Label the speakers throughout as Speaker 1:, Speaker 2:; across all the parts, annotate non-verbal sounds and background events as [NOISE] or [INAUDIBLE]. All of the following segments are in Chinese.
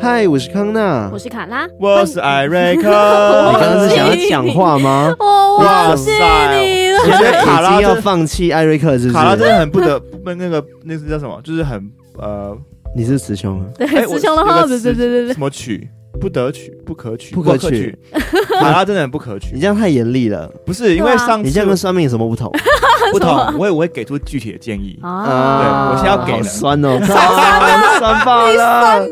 Speaker 1: 嗨，我是康纳
Speaker 2: 我，是卡拉，
Speaker 3: 我是艾瑞克。
Speaker 1: 呃你
Speaker 2: 我？
Speaker 1: 刚刚是想要讲话吗
Speaker 2: 我忘
Speaker 3: 哇
Speaker 2: 记
Speaker 3: 塞
Speaker 2: 你了。
Speaker 3: 我觉
Speaker 1: 现
Speaker 3: 得
Speaker 1: 在
Speaker 3: 卡
Speaker 1: 已
Speaker 3: 拉
Speaker 1: 经要
Speaker 3: 真
Speaker 1: 放弃艾瑞克，是不是？
Speaker 3: 卡拉真的很不得 [LAUGHS] 不那个那是叫什么？就是很
Speaker 2: [LAUGHS]
Speaker 3: 呃，
Speaker 1: 你是雌雄啊？
Speaker 2: 对， [LAUGHS]
Speaker 3: 哎我
Speaker 2: 师兄的话，
Speaker 3: 有个
Speaker 2: 对
Speaker 3: 词
Speaker 2: 对对对
Speaker 3: 什么取不得取，不可取，
Speaker 1: 不可取。 [LAUGHS]
Speaker 3: 卡拉真的很不可
Speaker 1: 你
Speaker 3: 取，
Speaker 1: 这样太严厉了，
Speaker 3: 不是
Speaker 2: 啊
Speaker 3: 因为上
Speaker 1: 你这样跟
Speaker 3: 次
Speaker 1: 算命有什么不同？
Speaker 3: 不同，我也我会给出具体的
Speaker 2: [LAUGHS]
Speaker 3: 建议
Speaker 2: 对。啊
Speaker 3: 对我先要给
Speaker 1: 好
Speaker 3: 了
Speaker 1: 酸
Speaker 2: [LAUGHS]
Speaker 1: 哦，酸爆了，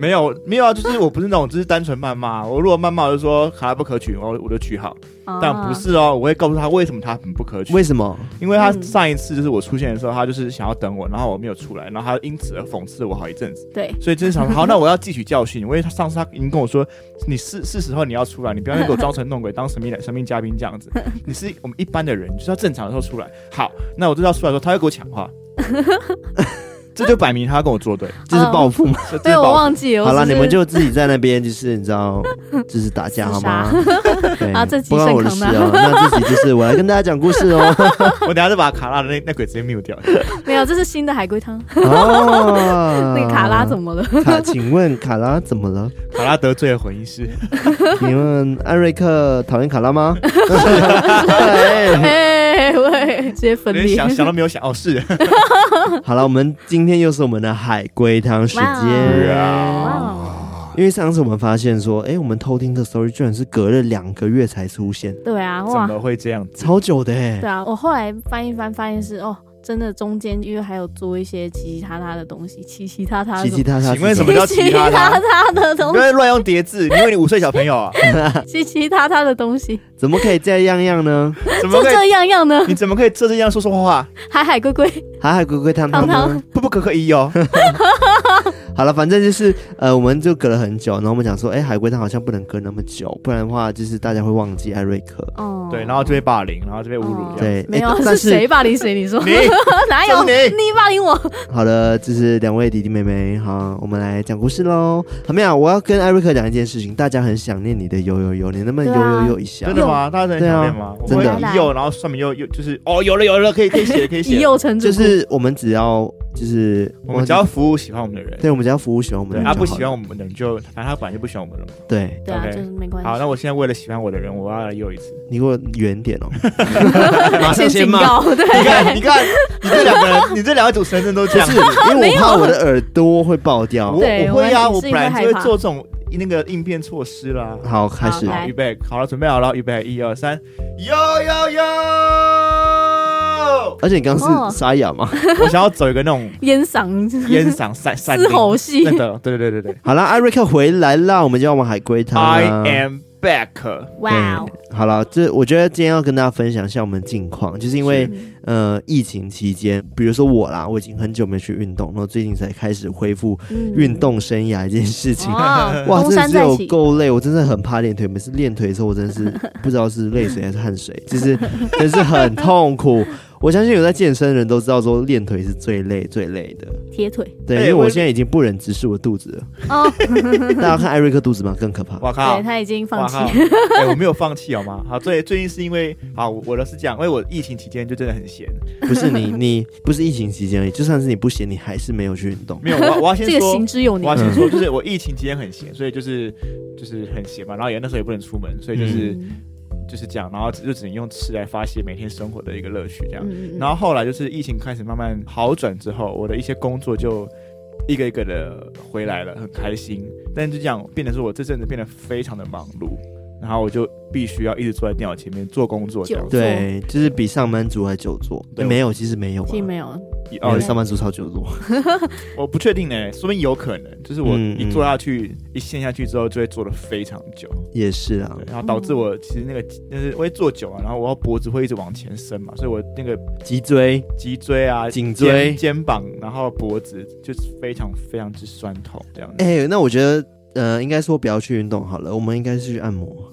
Speaker 3: 没有没有啊，就是我不是那种，就是单纯谩骂。我如果谩骂，我就说卡拉不可取，我我就取好。
Speaker 2: 啊
Speaker 3: 但不，是哦，我会告诉他为什么他很不可取。
Speaker 1: 为什么？
Speaker 3: 因为他
Speaker 2: 嗯
Speaker 3: 上一次就是我出现的时候，他就是想要等我，然后我没有出来，然后他因此而讽刺我好一阵子，
Speaker 2: 啊对，
Speaker 3: 所以真的 [LAUGHS] 想说好，那我要汲取教训，因为他上次他已经跟我说，你是是时候你要出来，你不要再给我装神弄鬼，当神秘的神秘嘉宾这样 [LAUGHS] 子，你是我们一般的人，你就是要正常的时候出来。好，那我就要出来的时候，他会给我抢 [LAUGHS] 话，这就摆明他跟我 [LAUGHS] 作对，
Speaker 1: 这是报复吗？
Speaker 3: 这这
Speaker 2: 对
Speaker 3: 是
Speaker 2: 我
Speaker 3: 报复。
Speaker 2: 忘记了。
Speaker 1: 好
Speaker 2: 我
Speaker 1: 啦，
Speaker 2: 只
Speaker 1: 你
Speaker 2: 是
Speaker 1: 们就自己在那边，就是你
Speaker 2: [LAUGHS]
Speaker 1: 知道，就是打架好吗？对
Speaker 2: 啊这集
Speaker 1: 不关我的事
Speaker 2: 盛康
Speaker 1: 哦。那自己就是我来跟大家讲故事
Speaker 2: [LAUGHS]
Speaker 1: 哦。
Speaker 3: 我等下就把卡拉的那那鬼直接 mute 掉。
Speaker 2: 没有，这是新的海龟汤。
Speaker 3: 啊
Speaker 1: 哦
Speaker 2: 那个卡拉怎
Speaker 1: 么？
Speaker 2: 么
Speaker 3: [LAUGHS]
Speaker 2: 了？
Speaker 1: 卡，请问卡拉怎么
Speaker 2: [LAUGHS]
Speaker 1: 了？
Speaker 3: 卡拉得罪了混音 [LAUGHS] 师，
Speaker 1: 请问艾瑞克讨厌卡
Speaker 2: [LAUGHS]
Speaker 1: 拉吗？哎
Speaker 2: 哎喂，直接分
Speaker 3: 连
Speaker 2: 裂。
Speaker 3: 想想都没有想，哦 [LAUGHS] 是，
Speaker 1: 好了，我们今天又是我们的海龟汤时间。
Speaker 2: 哇哦
Speaker 1: 因为上次我们发现说，哎，我们偷听的 story 居然是隔了两个月才出现，
Speaker 2: 对啊，
Speaker 3: 怎
Speaker 2: 哇，
Speaker 3: 么会这样？
Speaker 1: 超久的哎
Speaker 2: 对。啊， [LAUGHS] 我后来翻一翻，发现是哦，真的中间因为还有做一些奇奇他他的东西，奇奇他
Speaker 4: 啊
Speaker 2: 他的 [LAUGHS]
Speaker 1: 奇奇他他，
Speaker 3: 请问什么叫
Speaker 2: 奇
Speaker 3: 奇
Speaker 2: 奇
Speaker 3: 他
Speaker 2: 他
Speaker 3: 他
Speaker 2: 他的
Speaker 3: 你
Speaker 2: 东
Speaker 3: 不要乱用叠字，你以为你五岁小朋 [LAUGHS] 友啊？
Speaker 2: 奇奇他他的东西，
Speaker 1: 怎么可以这样样呢？ [LAUGHS]
Speaker 3: 怎么
Speaker 2: 就
Speaker 3: 可以？
Speaker 2: 这样样
Speaker 3: [LAUGHS]
Speaker 2: 呢？
Speaker 3: 你怎么可以这这样说说话话？
Speaker 2: 海海龟龟，
Speaker 1: 海海龟龟汤汤
Speaker 2: 汤
Speaker 1: 呢
Speaker 2: 汤？
Speaker 3: 不不可可以 [LAUGHS] 哦，
Speaker 1: 好了，反正就是呃，我们就隔了很久，然后我们讲说，哎、海龟汤好像不能隔那么久，不然的话就是大家会忘记艾瑞克。
Speaker 2: 哦，
Speaker 3: 对，然后就被霸凌，然后就被侮
Speaker 2: 哦
Speaker 3: 辱，这样。
Speaker 1: 对，
Speaker 2: 没有
Speaker 1: 诶
Speaker 2: 啊，
Speaker 1: 但
Speaker 2: 是谁霸凌谁？你说
Speaker 3: 你
Speaker 2: [LAUGHS] 哪有
Speaker 3: 是你
Speaker 2: 你霸凌我？
Speaker 1: 好了，就是两位弟弟妹妹，好，我们来讲故事喽。怎么样？我要跟艾瑞克讲一件事情，大家很想念你的有有有，你能不能
Speaker 2: 对
Speaker 1: 有
Speaker 2: 啊
Speaker 1: 有有一下
Speaker 3: 真？的吗？大家很
Speaker 1: 对啊
Speaker 3: 想念吗？我
Speaker 1: 真
Speaker 3: 会
Speaker 1: 的
Speaker 2: 来来
Speaker 3: 右，然后上面又又就是哦，有了有了，可以可以写了可以
Speaker 2: 以
Speaker 3: 写了。
Speaker 2: 幼成主
Speaker 1: 就
Speaker 2: 顾，
Speaker 1: 是我们只要就是
Speaker 3: 我们只要服务喜欢我们的人，
Speaker 1: 对，我们只要服务喜欢我们
Speaker 3: 对
Speaker 1: 的
Speaker 3: 他
Speaker 1: 人
Speaker 3: 啊不
Speaker 1: 就好
Speaker 3: 喜欢
Speaker 1: 了。
Speaker 3: 我们的人就，反正他本来就不喜欢我们了嘛。
Speaker 1: 对
Speaker 2: 对啊，
Speaker 3: OK
Speaker 2: 就是没
Speaker 1: 嗯
Speaker 2: 关系。
Speaker 3: 好，那我现在为了喜欢我的人，我要来又一次。
Speaker 1: 你给我远点哦，马
Speaker 2: 先警
Speaker 1: 上先骂。
Speaker 2: 告，对，
Speaker 3: 你
Speaker 2: [LAUGHS]
Speaker 3: 看，你看，你这两
Speaker 1: [LAUGHS]
Speaker 3: 个人，你这两个主持人真的都这
Speaker 1: 不
Speaker 3: 样
Speaker 1: 是，。因为我怕我的耳朵会爆掉
Speaker 3: 我。
Speaker 2: 对
Speaker 3: 我会啊，
Speaker 2: 我
Speaker 3: 我
Speaker 2: 们是
Speaker 3: 本
Speaker 2: 因为
Speaker 3: 来就
Speaker 2: 害
Speaker 3: 会
Speaker 2: 怕
Speaker 3: 做这种那个应变措施啦。
Speaker 1: 好，开始。
Speaker 2: 来
Speaker 3: 好，预备，好了，准备好了，预备，一二三，有有
Speaker 1: [LAUGHS]
Speaker 3: 有！
Speaker 1: 而且你刚刚
Speaker 2: 哦
Speaker 1: 是沙哑嘛？
Speaker 3: 我想要走一个那种
Speaker 2: 烟嗓
Speaker 3: 烟嗓散散
Speaker 2: 嘶吼系
Speaker 3: 真的，对对对对对
Speaker 1: [LAUGHS] 好啦，艾瑞克回来啦，我们就要玩海龟汤啦
Speaker 3: ，I am back。
Speaker 2: 哇哦，
Speaker 1: 对好了，这我觉得今天要跟大家分享一下我们近况，就是因为呃疫情期间，比如说我啦，我已经很久没去运动，然后最近才开始恢复
Speaker 2: 嗯
Speaker 1: 运动生涯这件事情。
Speaker 2: 哦
Speaker 1: [LAUGHS] 哇，
Speaker 2: 东
Speaker 1: 真的
Speaker 2: 山
Speaker 1: 是
Speaker 2: 再
Speaker 1: 有
Speaker 2: 起，
Speaker 1: 够累，我真的很怕练腿。每次练腿的时候，我真的
Speaker 2: [LAUGHS]
Speaker 1: 是不知道是泪水还是汗水，就是真是很痛苦。我相信有在健身的人都知道，说练腿是最累最累的。
Speaker 2: 铁腿
Speaker 1: 对，
Speaker 3: 哎
Speaker 1: 因为我
Speaker 3: 我
Speaker 1: 现在已经不忍直视我肚子
Speaker 3: [LAUGHS]
Speaker 1: 了。
Speaker 2: 哦，
Speaker 1: 大家看艾瑞克肚子吗？更可怕。
Speaker 3: 我靠
Speaker 2: 对！他已经放
Speaker 3: 哇
Speaker 2: 弃 [LAUGHS]
Speaker 3: 靠，哎、我没有放弃好吗？好，最最近是因为好，我我的是这样，因为我疫情期间就真的很闲，
Speaker 1: 不是你，你不是疫情期间而已，就算是你不闲，你还是没有去运动。
Speaker 3: 没有，我
Speaker 2: [LAUGHS]
Speaker 3: 要我要先
Speaker 2: 这个
Speaker 3: 说
Speaker 2: 行，之有
Speaker 3: 我要
Speaker 2: 年，
Speaker 3: 先说，就是我疫情期间很闲，所以就是就是很闲嘛，然后也那时候也不能出门，所以就是、
Speaker 2: 嗯
Speaker 3: 就是这样，然后就只能用吃来发泄每天生活的一个乐趣这样。
Speaker 2: 嗯
Speaker 3: 然后后来就是疫情开始慢慢好转之后，我的一些工作就一个一个的回来了，很开心。但是就这样，变得是我这阵子变得非常的忙碌，然后我就必须要一直坐在电脑前面做工作这样
Speaker 2: 久。
Speaker 1: 对，就是比上班族还久坐。
Speaker 3: 对
Speaker 1: 欸没有，其实没有、啊，
Speaker 2: 其实没有，
Speaker 3: 一
Speaker 1: 没有
Speaker 3: 哦，
Speaker 1: 上班族超久坐。
Speaker 3: 我不确定呢，说不定有可能，就是我
Speaker 1: 嗯
Speaker 3: 一坐下去、一陷下去之后，就会坐的非常久，
Speaker 1: 也是啊
Speaker 3: 对，然后导致我其实那个就是我会坐久啊，然后我脖子会一直往前伸嘛，所以我那个
Speaker 1: 脊椎
Speaker 3: 脊椎啊、
Speaker 1: 颈椎
Speaker 3: 肩、肩膀，然后脖子就是非常非常之酸痛这样子。
Speaker 1: 哎、那我觉得，呃，应该说不要去运动好了，我们应该是去按摩。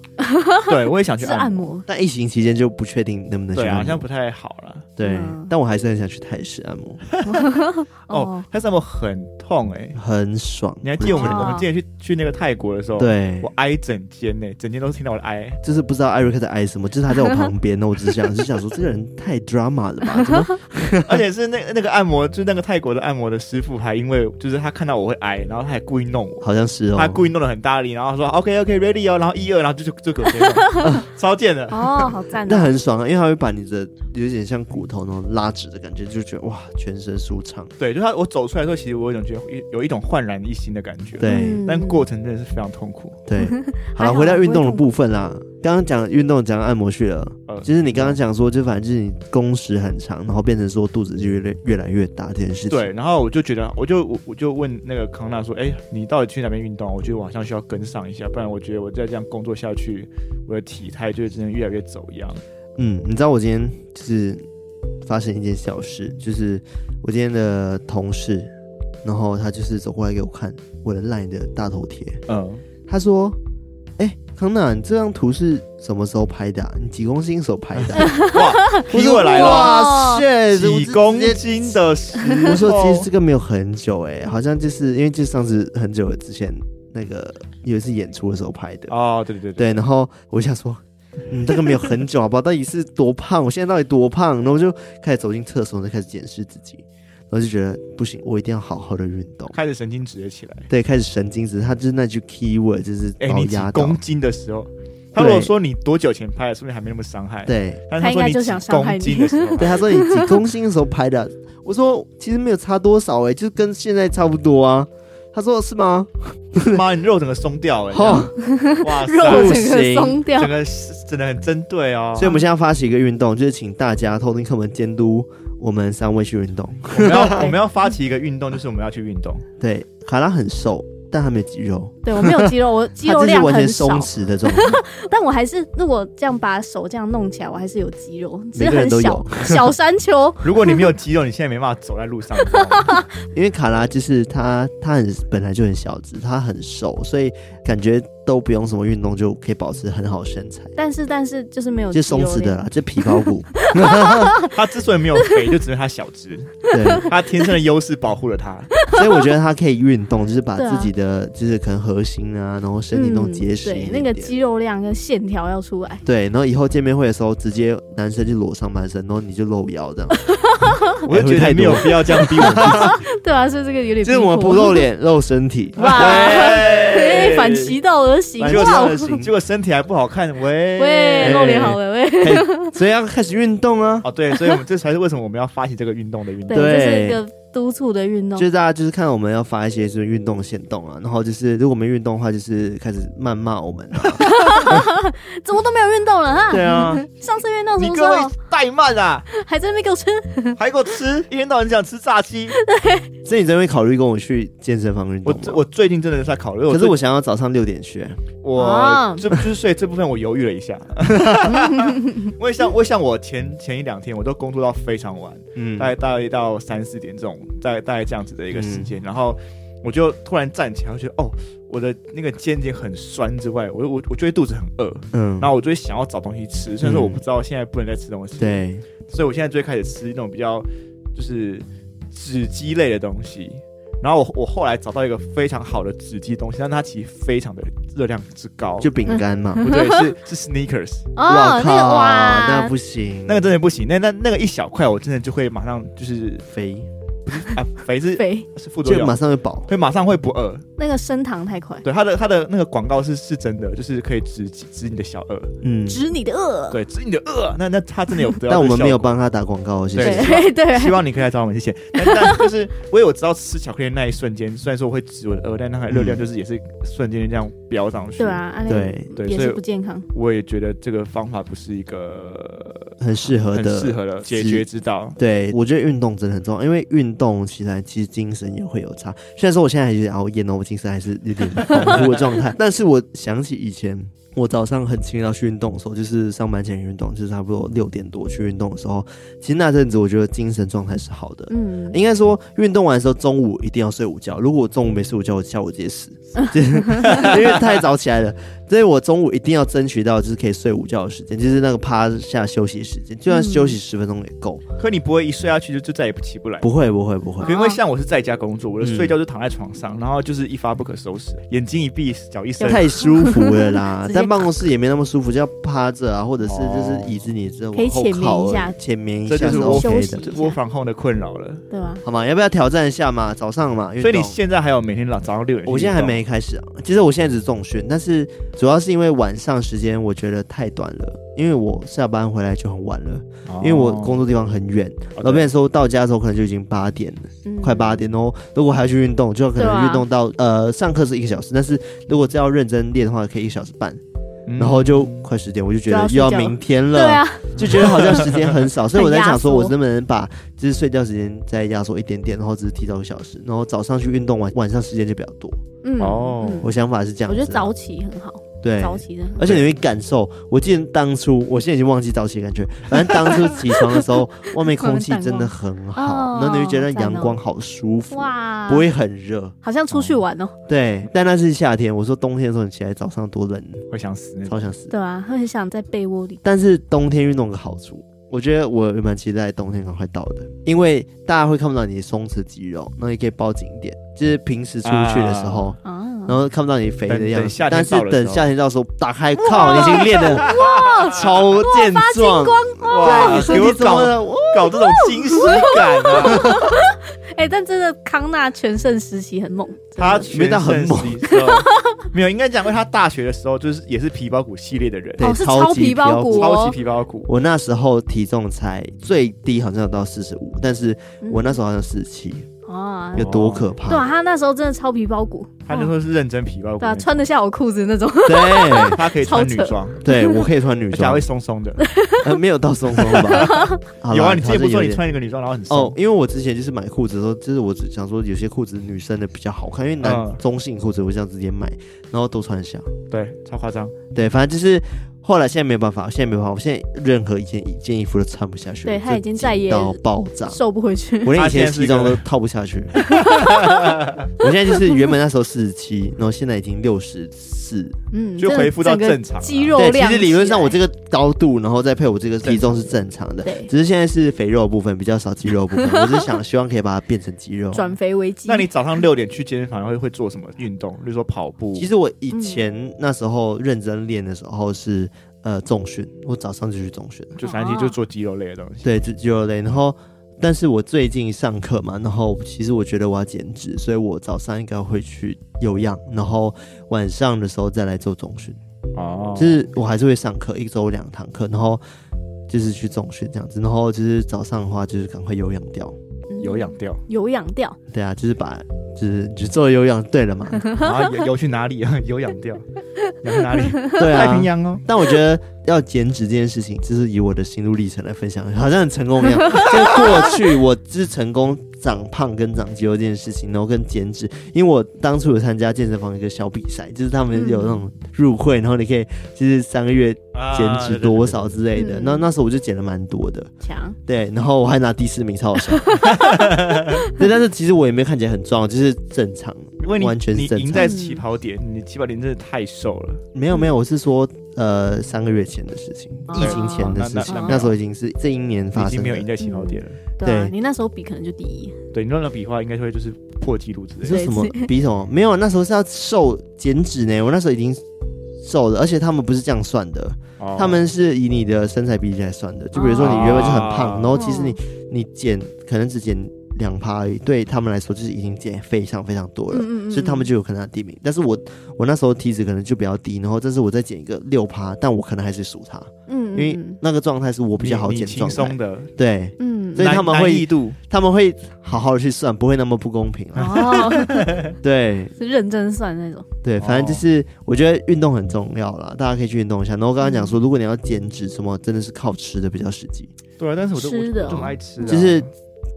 Speaker 3: 对，我也想去
Speaker 2: 是
Speaker 3: 按
Speaker 2: 按
Speaker 3: 摩。
Speaker 2: 摩，
Speaker 1: 但疫情期间就不确定能不能去
Speaker 3: 对啊，好
Speaker 1: 按
Speaker 3: 像
Speaker 1: 摩。
Speaker 3: 不太好了。
Speaker 1: 对
Speaker 2: 嗯，
Speaker 1: 但我还是很想去泰式按摩，
Speaker 3: 哦，但是按摩很痛哎、
Speaker 1: 很爽。
Speaker 3: 你还记得我们
Speaker 2: 哦
Speaker 3: 我们之前去去那个泰国的时候，，
Speaker 1: 对
Speaker 3: 我，挨整间呢、整间都是听到我的 [LAUGHS] 挨。
Speaker 1: 就是不知道艾瑞克在挨什么，就是他在我旁边，那我只是想，就想说这个人太 drama 了
Speaker 2: [LAUGHS]
Speaker 1: 吧？怎么？
Speaker 3: 而且是那那个按摩，就是那个泰国的按摩的师傅，还因为就是他看到我会挨，然后他还故意弄我，
Speaker 1: 好像是哦
Speaker 3: 他，故意弄得很大力，然后说 OK OK ready 哦，然后一二，然后就就就给我接 [LAUGHS] 上超贱的。
Speaker 2: 哦，好赞
Speaker 1: 但
Speaker 2: 哦！
Speaker 1: 很爽啊，因为他会把你的有点像骨头那种拉直的感觉，就觉得哇，全身舒畅。
Speaker 3: 对，就是他我走出来的时候，其实我有一种觉得有一种焕然一新的感觉。
Speaker 1: 对
Speaker 2: 嗯
Speaker 3: 但过程真的是非常痛苦。
Speaker 2: [LAUGHS]
Speaker 1: 对，
Speaker 2: 还
Speaker 1: 好了，
Speaker 2: 好
Speaker 1: 回到
Speaker 2: 不会
Speaker 1: 运动的
Speaker 2: 痛
Speaker 1: 部分啦。刚刚讲运动，讲按摩去了。
Speaker 3: 呃，
Speaker 1: 就是你刚刚讲说，就反正就是你工时很长，然后变成说肚子就越来越来越大这件事情。
Speaker 3: 对，，然后我就觉得，我就我我就问那个康纳说，哎，你到底去哪边运动？我觉得我好像需要跟上一下，不然我觉得我再这样工作下去，我的体态就真的越来越走样。
Speaker 1: 嗯，你知道我今天就是发生一件小事，就是我今天的同事，然后他就是走过来给我看我的 LINE 的大头贴，
Speaker 3: 嗯，
Speaker 1: 他说：“哎、康纳，你这张图是什么时候拍的、
Speaker 3: [LAUGHS]
Speaker 1: 啊？你几公斤时候拍的、啊
Speaker 3: 哇，提我来了， [LAUGHS]
Speaker 1: 哇塞，我
Speaker 3: 几哦
Speaker 1: 直
Speaker 3: 公
Speaker 1: 接
Speaker 3: 斤的时候，
Speaker 1: 我说其实这个没有很久哎、好像就是因为就上次很久之前那个有一次演出的时候拍的，
Speaker 3: 哦，对对对
Speaker 1: 对，然后我就想说，嗯，这个没有很久好不好？到底是多胖？我现在到底多胖？然后我就开始走进厕所，然后开始检视自己，然后就觉得不行，我一定要好好的运动。
Speaker 3: 开始神经质了起来。
Speaker 1: 对，开始神经质，他就是那句 keyword 就是
Speaker 3: 哎，
Speaker 1: 把我
Speaker 3: 你几
Speaker 1: 压倒
Speaker 3: 公。斤的时候，他如果说你多久前拍的，说明还没那么伤害。，
Speaker 1: 对，
Speaker 3: 但是
Speaker 2: 他
Speaker 3: 他说
Speaker 2: 应该
Speaker 3: 你
Speaker 2: 就
Speaker 3: 几
Speaker 2: 想伤害
Speaker 3: 公
Speaker 2: 你
Speaker 3: 斤的时候，
Speaker 1: 对，他说你几公斤的时候拍的，我说其实没有差多少哎、就跟现在差不多啊。他说是吗？
Speaker 3: 妈，你肉整个
Speaker 1: [LAUGHS]
Speaker 3: 松掉哎，
Speaker 1: 哦，
Speaker 3: 哇
Speaker 2: 肉
Speaker 3: 塞，
Speaker 2: 整个松掉
Speaker 3: 整，个真的很针对哦。
Speaker 1: 所以我们现在发起一个运动，就是请大家偷听课们监督我们三位去运动。
Speaker 3: 我们要我们要发起一个运动，就是我们要去运动。
Speaker 1: 对，卡拉很瘦，但他没有肌肉，
Speaker 2: 对我没有肌肉，
Speaker 1: [LAUGHS]
Speaker 2: 我肌
Speaker 1: 他
Speaker 2: 肉
Speaker 1: 就是
Speaker 2: 量
Speaker 1: 完
Speaker 2: 很
Speaker 1: 全
Speaker 2: 少
Speaker 1: 松，弛的状
Speaker 2: [LAUGHS]
Speaker 1: 态。
Speaker 2: 但我还是如果这样把手这样弄起来，我还是有肌肉，只
Speaker 1: 每
Speaker 2: 是
Speaker 1: 个人
Speaker 2: 很
Speaker 1: 都
Speaker 2: 小小山丘。
Speaker 3: 如果你没有肌肉，你现在没办法走在路上。你知道吗
Speaker 1: 因为卡拉就是他，他很本来就很小只，他很瘦，所以感觉都不用什么运动就可以保持很好的身材，
Speaker 2: 但是但是就是没有肌
Speaker 1: 就
Speaker 2: 肉
Speaker 1: 松弛的
Speaker 2: 量
Speaker 1: 啦，就皮包骨。
Speaker 3: 他之所以没有肥，就只是他小只，
Speaker 2: [LAUGHS]
Speaker 1: 对，
Speaker 3: 他天生的优势保护了他。
Speaker 1: 所以我觉得他可以运动，就是把
Speaker 2: 对啊
Speaker 1: 自己的就是可能核心啊，然后身体弄结实一
Speaker 2: 嗯对，
Speaker 1: 点
Speaker 2: 那
Speaker 1: 点。
Speaker 2: 个肌肉量跟线条要出来。
Speaker 1: 对，然后以后见面会的时候，直接男生就裸上半身，然后你就露腰这样。
Speaker 3: 我就觉得没有必要这样逼我自己。
Speaker 2: 对啊，所以这个有点
Speaker 1: 就是我们
Speaker 2: 逼迫 [LAUGHS]
Speaker 1: 不露脸，露身体。
Speaker 2: 哇，
Speaker 3: 对
Speaker 2: 嘿反其道而行，
Speaker 1: 反
Speaker 3: 结果
Speaker 1: 其道
Speaker 2: 哇
Speaker 1: 而，行
Speaker 3: 结果身体还不好看，喂
Speaker 2: 喂，露脸好了，喂，
Speaker 1: 所以要开始运动啊！
Speaker 3: 哦，对，所以我们这才是为什么我们要发起这个运动的运
Speaker 2: 对，
Speaker 3: 动。
Speaker 2: 这是一个督促的运动
Speaker 1: 就。是大家就是看我们要发一些就是运动行动啊，然后就是如果没运动的话，就是开始谩骂我
Speaker 3: [LAUGHS]
Speaker 1: 们、啊。
Speaker 2: 怎么都没有运动了哈？
Speaker 1: 对啊，
Speaker 2: 上次运动什
Speaker 3: 你
Speaker 2: 么时
Speaker 3: 各位
Speaker 2: 候？
Speaker 3: 怠慢啊，
Speaker 2: 还在那边给我吃？
Speaker 3: 还给我吃，一天到晚想吃炸鸡。
Speaker 1: 所以你真的会考虑跟我去健身房运动
Speaker 3: 我
Speaker 1: 吗？
Speaker 3: 我最近真的是在考虑，
Speaker 1: 可是
Speaker 3: 最
Speaker 1: 我想要早上六点去，
Speaker 3: 我
Speaker 2: 啊
Speaker 3: 这就是所以这部分我犹豫了一下，我也像我也像我前前一两天我都工作到非常晚，
Speaker 1: 嗯
Speaker 3: 大概大概到三四点这种，大概大概这样子的一个时间，然后我就突然站起来，我觉得哦，我的那个肩颈很酸之外，我我我就会肚子很饿，
Speaker 1: 嗯
Speaker 3: 然，后我就会想要找东西吃，虽然说我
Speaker 1: 嗯
Speaker 3: 不知道现在不能再吃东西，，
Speaker 1: 对，
Speaker 3: 所以我现在最开始吃那种比较就是脂鸡类的东西。然后我我后来找到一个非常好的脂鸡东西，但它其实非常的热量之高，
Speaker 1: 就饼干嘛。
Speaker 3: [LAUGHS] 不对，是是 sneakers，
Speaker 2: 嗯哦
Speaker 1: 哇，
Speaker 2: 那个
Speaker 1: 靠
Speaker 2: 哇，
Speaker 1: 那不行，
Speaker 3: 那个真的不行，那那那个一小块我真的就会马上
Speaker 1: [LAUGHS]
Speaker 3: 就是
Speaker 1: 肥
Speaker 3: 啊肥是
Speaker 2: 肥，
Speaker 3: 是副作
Speaker 1: 就马
Speaker 3: 用，
Speaker 1: 上就饱。
Speaker 3: 会马上会不饿。
Speaker 2: 那个升糖太快，
Speaker 1: 嗯
Speaker 3: 对，它的它的那个广告是是真的，就是可以止止你的小饿，
Speaker 1: 嗯，
Speaker 2: 止你的饿。
Speaker 3: 对，止你的饿。那那它真的有得到这个效果，
Speaker 1: [LAUGHS] 但我们没有帮他打广告，谢
Speaker 3: 对
Speaker 1: 谢。
Speaker 2: 对对，
Speaker 3: 希望你可以来找我们，谢 [LAUGHS] 谢。但但就是我有知道吃巧克力的那一瞬间，虽然说我会止我的饿，但那个热量就是也是瞬间这样飙上
Speaker 4: [LAUGHS]
Speaker 3: 去。
Speaker 2: 对，啊，啊那个
Speaker 1: 对，
Speaker 3: 对
Speaker 2: 也
Speaker 3: 所以
Speaker 2: 是不健康。
Speaker 3: 我也觉得这个方法不是一个
Speaker 1: 很适合
Speaker 3: 很
Speaker 1: 的，
Speaker 3: 适合的解
Speaker 1: 是
Speaker 3: 决之道。
Speaker 1: 对，我觉得运动真的很重要，因为运动起来其实精神也会有差。虽然说我现在还有点熬夜呢，我精神还是有点恍惚的状态，但是我想起以前我早上很勤劳去运动的时候，就是上班前运动，就是差不多六点多去运动的时候，其实那阵子我觉得精神状态是好的。
Speaker 2: 嗯，
Speaker 1: 应该说，运动完的时候，中午一定要睡午觉。如果我中午没睡午觉，我下午直接死。就是因为太早起来了，所以我中午一定要争取到就是可以睡午觉的时间，就是那个趴下休息时间，就算休息十分钟也够。
Speaker 3: 可你不会一睡下去就就再也不起不来。
Speaker 1: 不会，不会，不会
Speaker 4: [LAUGHS]，
Speaker 3: 可。因为像我是在家工作，我的
Speaker 1: 嗯
Speaker 3: 睡觉就躺在床上，然后就是一发不可收拾，眼睛一闭，脚一伸，
Speaker 1: 太舒服了啦
Speaker 4: [LAUGHS] 直接
Speaker 1: 但办公室也没那么舒服，就要趴着啊，或者是
Speaker 3: 哦
Speaker 1: 就是椅子你这
Speaker 4: 可以
Speaker 1: 往后
Speaker 4: 浅眠
Speaker 1: 靠
Speaker 4: 一下
Speaker 1: 而已，浅眠一
Speaker 3: 这
Speaker 1: 下
Speaker 3: 就是是我
Speaker 1: OK
Speaker 4: 休
Speaker 1: 的
Speaker 4: 息，
Speaker 3: 窝房控的困扰了。
Speaker 4: 对吧？
Speaker 1: 好吗？要不要挑战一下嘛？早上嘛，运
Speaker 3: 所以你
Speaker 1: 动
Speaker 3: 现在还有每天早早上六点去运动？
Speaker 1: 我现在还没开始啊，其实我现在只是重训，但是主要是因为晚上时间我觉得太短了，因为我下班回来就很晚了，
Speaker 3: 哦，
Speaker 1: 因为我工作地方很远，
Speaker 3: 哦
Speaker 1: 然后变成说到家的时候可能就已经八点了，
Speaker 4: 嗯
Speaker 1: 快八点，然后如果还要去运动，就可
Speaker 4: 对啊
Speaker 1: 能运动到呃上课是一个小时，但是如果真要认真练的话，可以一小时半，
Speaker 3: 嗯
Speaker 1: 然后就快十点，我就觉得
Speaker 4: 就
Speaker 1: 又
Speaker 4: 要睡觉
Speaker 1: 要明天
Speaker 4: 对
Speaker 1: 了，
Speaker 4: 啊，
Speaker 1: 就觉得好像时间很
Speaker 4: [LAUGHS]
Speaker 1: 少，所以我在想说，
Speaker 4: 很压缩
Speaker 1: 我能不能把就是睡觉时间再压缩一点点，然后只是提早一个小时，然后早上去运动完，晚上时间就比较多。
Speaker 4: 嗯，
Speaker 3: 哦
Speaker 4: 嗯
Speaker 1: 我想法是这样
Speaker 4: 我
Speaker 1: 子啊，
Speaker 4: 觉得早起很好，
Speaker 1: 对，
Speaker 4: 早起真的很
Speaker 1: 而且你会感受，我记得当初，我现在已经忘记早起的感觉，反正当初起床的时
Speaker 4: [LAUGHS]
Speaker 1: 候，外面空气真的很
Speaker 4: 哦
Speaker 1: 好，然后你会觉得阳光好舒服，
Speaker 4: 哇，
Speaker 1: 不会很热。
Speaker 4: 好像出去玩哦，
Speaker 1: 对，但那是夏天，我说冬天的时候你起来早上多冷，
Speaker 3: 会想死那种。
Speaker 1: 超想死。
Speaker 4: 对啊，会很想在被窝里，
Speaker 1: 但是冬天运动有个好处，我觉得我蛮期待冬天赶快到的，因为大家会看不到你松弛肌肉，那你可以包紧一点，就是平时出去的时候。
Speaker 4: 啊，
Speaker 1: 然后看不到你肥的
Speaker 3: 等
Speaker 1: 样
Speaker 3: 等
Speaker 1: 子
Speaker 3: 夏，天
Speaker 1: 但是
Speaker 3: 到的时候
Speaker 1: 等夏天到的时候打开，靠，你已经练的超健壮，
Speaker 3: 哇，
Speaker 1: 给
Speaker 3: 给
Speaker 1: 我
Speaker 3: 我
Speaker 1: 搞
Speaker 3: 搞
Speaker 1: 了，
Speaker 3: 搞这种惊喜感
Speaker 1: [LAUGHS]
Speaker 3: 啊！
Speaker 4: 哎，但真的康纳全盛时期很猛，真的哦
Speaker 3: 他
Speaker 1: 没
Speaker 3: 全
Speaker 1: 到很
Speaker 3: 盛
Speaker 1: 猛
Speaker 3: 时期的时候，没有应该讲，因为他大学的时候就是也是皮包骨系列的人，
Speaker 1: 对
Speaker 4: 哦是
Speaker 1: 超
Speaker 4: 超
Speaker 1: 级
Speaker 4: 皮
Speaker 1: 皮
Speaker 4: 包骨哦，
Speaker 3: 超级皮包骨。
Speaker 1: 我那时候体重才最低好像有到四十五，但是我那时候好像四七，
Speaker 4: 嗯啊，
Speaker 1: 有多可
Speaker 4: 对
Speaker 3: 哦
Speaker 1: 怕？
Speaker 4: 啊，他那时候真的超皮包骨，
Speaker 3: 他那时候是认真皮包骨
Speaker 4: 对啊，
Speaker 3: 那种，
Speaker 4: 穿得下我裤子那种，
Speaker 1: 对
Speaker 3: 他可以穿女装，
Speaker 1: 对，我可以穿女
Speaker 3: 而且还
Speaker 1: 装
Speaker 3: 会，松松的。
Speaker 1: 呃没有到松松
Speaker 3: [LAUGHS]
Speaker 1: 吧？好啦
Speaker 3: 有啊，你之前不
Speaker 1: 好像
Speaker 3: 是说
Speaker 1: 有
Speaker 3: 你
Speaker 1: 点
Speaker 3: 穿一个女装然后很松
Speaker 1: 哦，，因为我之前就是买裤子的时候，就是我只想说有些裤子女生的比较好看，因为男
Speaker 3: 嗯
Speaker 1: 中性裤子我这样直接买，然后都穿得下。
Speaker 3: 对，超夸张。
Speaker 1: 对，反正就是后来现在没有办法，现在没有办法，我现在任何一件一件衣服都穿不下去了。
Speaker 4: 对他已经再也
Speaker 1: 紧到爆
Speaker 4: [LAUGHS]
Speaker 1: 炸，
Speaker 4: 瘦不回去，
Speaker 1: 我连以
Speaker 3: 他现
Speaker 1: 前
Speaker 3: 在是
Speaker 1: 西装
Speaker 3: 个
Speaker 1: 都套不下
Speaker 4: [LAUGHS]
Speaker 1: 去。我现在就是原本那时候四十七，然后现在已经六十四。
Speaker 4: 嗯，
Speaker 3: 就
Speaker 4: 真的
Speaker 3: 恢复到
Speaker 4: 整个
Speaker 3: 正常啊
Speaker 4: 肌肉
Speaker 1: 对，其
Speaker 4: 量
Speaker 1: 实理论上我这
Speaker 4: 个
Speaker 1: 个高度，然后再配我这个体重是正常的
Speaker 4: 对，
Speaker 1: 只是现在是肥肉的部分比较少，肌肉的部分，我只是想希望可以把它变成肌肉。
Speaker 4: 转肥为肌，
Speaker 3: 那你早上六点去健身房会会做什么运动？比如说跑步。
Speaker 1: 其实我以前那时候认真练的时候是呃重训，我早上就去重训了，
Speaker 3: 就反正就是做肌肉类的东西。
Speaker 1: 对，就肌肉类。然后，但是我最近上课嘛，然后其实我觉得我要减脂，所以我早上应该会去有氧，然后晚上的时候再来做重训。
Speaker 3: 哦
Speaker 1: 就是我还是会上课，一周两堂课，然后就是去重训这样子，然后就是早上的话就是赶快有氧掉。
Speaker 4: 嗯
Speaker 3: 有氧掉
Speaker 4: 有氧掉，
Speaker 1: 对啊，就是把就是只做有氧，对了嘛，
Speaker 3: 啊，游游去哪里啊？ [LAUGHS] 有氧掉，游去哪里？
Speaker 1: [LAUGHS] 对
Speaker 3: 太平
Speaker 1: 啊。
Speaker 3: 洋哦。
Speaker 1: 但我觉得要减脂这件事情，就是以我的心路历程来分享，好像很成功一样。就是过去我就是成功长胖跟长肌肉这件事情，然后跟减脂，因为我当初有参加健身房一个小比赛，就是他们有那种入会，然后你可以就是三个月减脂多少之类的。
Speaker 4: 嗯
Speaker 1: 那那时候我就减了蛮多的，
Speaker 4: 强，
Speaker 1: 对，然后我还拿第四名，超好笑。 [LAUGHS] 对，但是其实我也没有看起来很壮，就是正常，
Speaker 3: 因为你
Speaker 1: 完全是
Speaker 3: 你
Speaker 1: 正
Speaker 3: 赢
Speaker 1: 常。
Speaker 3: 在起跑点，你起跑点真的太瘦了。
Speaker 1: 没有没有，我是说呃三个月前的事情，
Speaker 4: 哦
Speaker 1: 疫情前的事情
Speaker 4: 那那，
Speaker 1: 那时候已经是这一年
Speaker 3: 你已
Speaker 1: 发
Speaker 3: 经
Speaker 1: 生
Speaker 3: 没有
Speaker 1: 的
Speaker 3: 赢。在起跑点了。
Speaker 4: 对啊，
Speaker 1: 对
Speaker 4: 你那时候比可能就第一，
Speaker 3: 对你乱乱比划，应该就会就是破纪录之
Speaker 1: 你
Speaker 3: 类
Speaker 1: 说
Speaker 3: 的。
Speaker 1: 什么比什么？没有，那时候是要瘦减脂呢，我那时候已经。瘦了，而且他们不是这样算的，
Speaker 3: 哦
Speaker 1: 他们是以你的身材比例来算的。就比如说你原本就很胖，
Speaker 3: 哦
Speaker 1: 然后其实你你减可能只减两趴而已，对他们来说就是已经减非常非常多了。
Speaker 4: 嗯
Speaker 1: 所以啊他们就有可能拿第一名。但是我我那时候体脂可能就比较低，然后但是我再减一个六趴，但我可能还是输他，
Speaker 4: 嗯
Speaker 1: 因为那个状态是我比较好
Speaker 3: 你
Speaker 1: 减
Speaker 3: 你
Speaker 1: 的状
Speaker 3: 轻松
Speaker 1: 态。
Speaker 3: 的，
Speaker 1: 对，
Speaker 4: 嗯
Speaker 1: 所以
Speaker 3: 难
Speaker 1: 他们会
Speaker 3: 难易度
Speaker 1: 他们会好好的去算，不会那么不公平
Speaker 3: 啊
Speaker 1: 了。
Speaker 4: 哦， [LAUGHS]
Speaker 1: 对
Speaker 4: 是认真算那种，
Speaker 1: 对，反
Speaker 3: 哦
Speaker 1: 正就是我觉得运动很重要啦，大家可以去运动一下。然后我刚刚
Speaker 4: 嗯
Speaker 1: 讲说，如果你要减脂什么，真的是靠吃的比较实际，
Speaker 3: 对啊，但是我就我
Speaker 4: 吃
Speaker 3: 就
Speaker 4: 的哦
Speaker 3: 我就很爱吃啊，
Speaker 1: 就是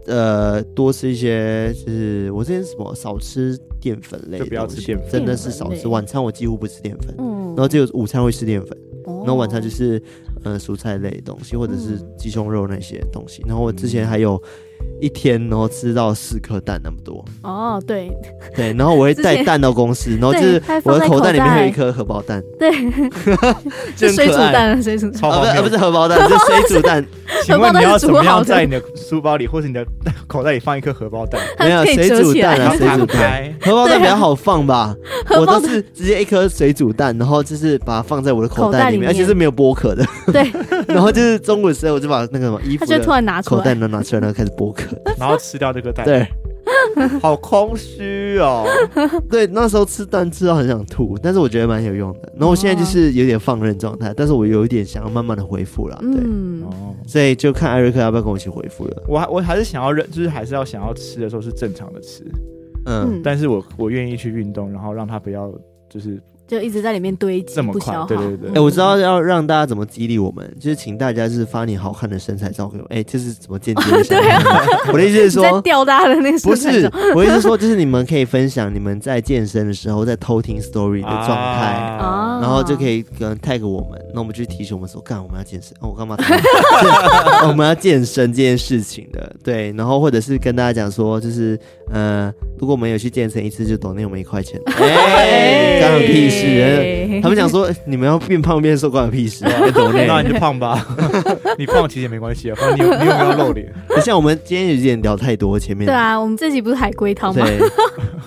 Speaker 1: 呃多吃一些，就是我之前是什么少吃淀粉类的东西，
Speaker 3: 就不要吃淀粉
Speaker 1: 真的是少
Speaker 4: 淀粉
Speaker 1: 吃。
Speaker 4: 类
Speaker 1: 晚餐我几乎不吃淀粉，
Speaker 4: 嗯，
Speaker 1: 然后只有午餐会吃淀粉。
Speaker 4: 哦
Speaker 1: 然后晚餐就，是呃蔬菜类的东西，或者是
Speaker 4: 嗯
Speaker 1: 鸡胸肉那些东西。然后我之前还有一天然后吃到四颗蛋那么多，
Speaker 4: 哦，
Speaker 3: [LAUGHS]
Speaker 4: 对
Speaker 1: 对，然后我会
Speaker 4: 之
Speaker 1: 带
Speaker 4: 前
Speaker 1: 蛋到公司，然后就
Speaker 4: 对
Speaker 1: 是
Speaker 4: 还放
Speaker 1: 我的
Speaker 4: 在
Speaker 1: 口
Speaker 4: 口
Speaker 1: 袋里面还有
Speaker 4: 袋
Speaker 1: 一颗荷包蛋， [LAUGHS]
Speaker 4: 对，
Speaker 1: 就很
Speaker 4: 水煮
Speaker 1: 可爱。
Speaker 4: 蛋，水煮蛋。
Speaker 3: 超
Speaker 1: 啊，
Speaker 3: 荒
Speaker 1: 不是、啊、不是
Speaker 3: 谬。
Speaker 1: 荷包蛋，是水煮
Speaker 4: [LAUGHS]
Speaker 1: 蛋，
Speaker 3: 请问你要怎么
Speaker 4: 荷包
Speaker 3: 样
Speaker 4: 蛋是煮好的
Speaker 3: 在你的书包里或者你的 [LAUGHS] 口袋里放一颗荷包蛋？
Speaker 1: 没有
Speaker 4: 可以
Speaker 1: 水
Speaker 4: 折
Speaker 1: 煮
Speaker 4: 起
Speaker 1: 蛋
Speaker 4: 来
Speaker 1: 啊，
Speaker 3: 然后
Speaker 1: 水
Speaker 3: 打
Speaker 1: 煮蛋。
Speaker 3: 开，
Speaker 1: 荷包
Speaker 4: 对
Speaker 1: 蛋
Speaker 4: 啊
Speaker 1: 比较好放吧，
Speaker 4: [LAUGHS] 荷
Speaker 1: 我
Speaker 4: 包
Speaker 1: 都是直接一颗水煮蛋，然后就是把它放在我的口
Speaker 4: 口袋
Speaker 1: 袋里
Speaker 4: 里
Speaker 1: 面，而且
Speaker 4: 面
Speaker 1: 是没有剥壳的。
Speaker 4: 对，
Speaker 1: [LAUGHS] 然后就是中午的时候，我就把那个什么衣
Speaker 4: 他
Speaker 1: 服
Speaker 4: 就突
Speaker 1: 的
Speaker 4: 然拿出
Speaker 1: 口袋
Speaker 4: 来，
Speaker 1: 都拿出来，然后开始剥壳。
Speaker 3: [LAUGHS] 然后吃掉这颗蛋，
Speaker 1: 对，
Speaker 3: [LAUGHS] 好空虚哦。
Speaker 1: 对，那时候吃蛋吃到很想吐，但是我觉得蛮有用的。然后我现在就是有点放任状态，但是我有一点想要慢慢的恢复了。对，
Speaker 4: 嗯，
Speaker 3: 哦，
Speaker 1: 所以就看艾瑞克要不要跟我一起恢复了。
Speaker 3: 我还我还是想要认，就是还是要想要吃的时候是正常的吃，
Speaker 1: 嗯，
Speaker 4: 嗯
Speaker 3: 但是我我愿意去运动，然后让它不要就是
Speaker 4: 就一直在里面堆积，
Speaker 3: 这么
Speaker 4: 不
Speaker 3: 快
Speaker 4: 消耗。
Speaker 3: 对对对
Speaker 1: 哎、我知道要让大家怎么激励我们，就是请大家就是发你好看的身材照给我。哎、这是怎么间接的想法？我的意思是
Speaker 4: 你在
Speaker 1: 说。
Speaker 4: 吊大家的那个
Speaker 1: 不
Speaker 4: 身材
Speaker 1: 是
Speaker 4: 照，
Speaker 1: 我意思是说，就是你们可以分享你们在健身的时候在偷听 story 的状态，
Speaker 3: 啊
Speaker 4: 啊，
Speaker 1: 然后就可以可能 tag 我们，那我们就提醒我们说，干我们要健身，哦、我干嘛 [LAUGHS] 是？我们要健身这件事情的，对，然后或者是跟大家讲说，就是呃，如果我们有去健身一次，就抖那我们一块钱，哎、干我屁事？他们讲说你们要变胖变瘦关我屁事，
Speaker 3: 对啊那你就胖吧， [LAUGHS] 你胖其实也没关系啊，反正你你有没有露脸？
Speaker 1: 不像我们今天有点聊太多，前面
Speaker 4: 对啊，我们这集不是海龟汤吗？
Speaker 1: 对，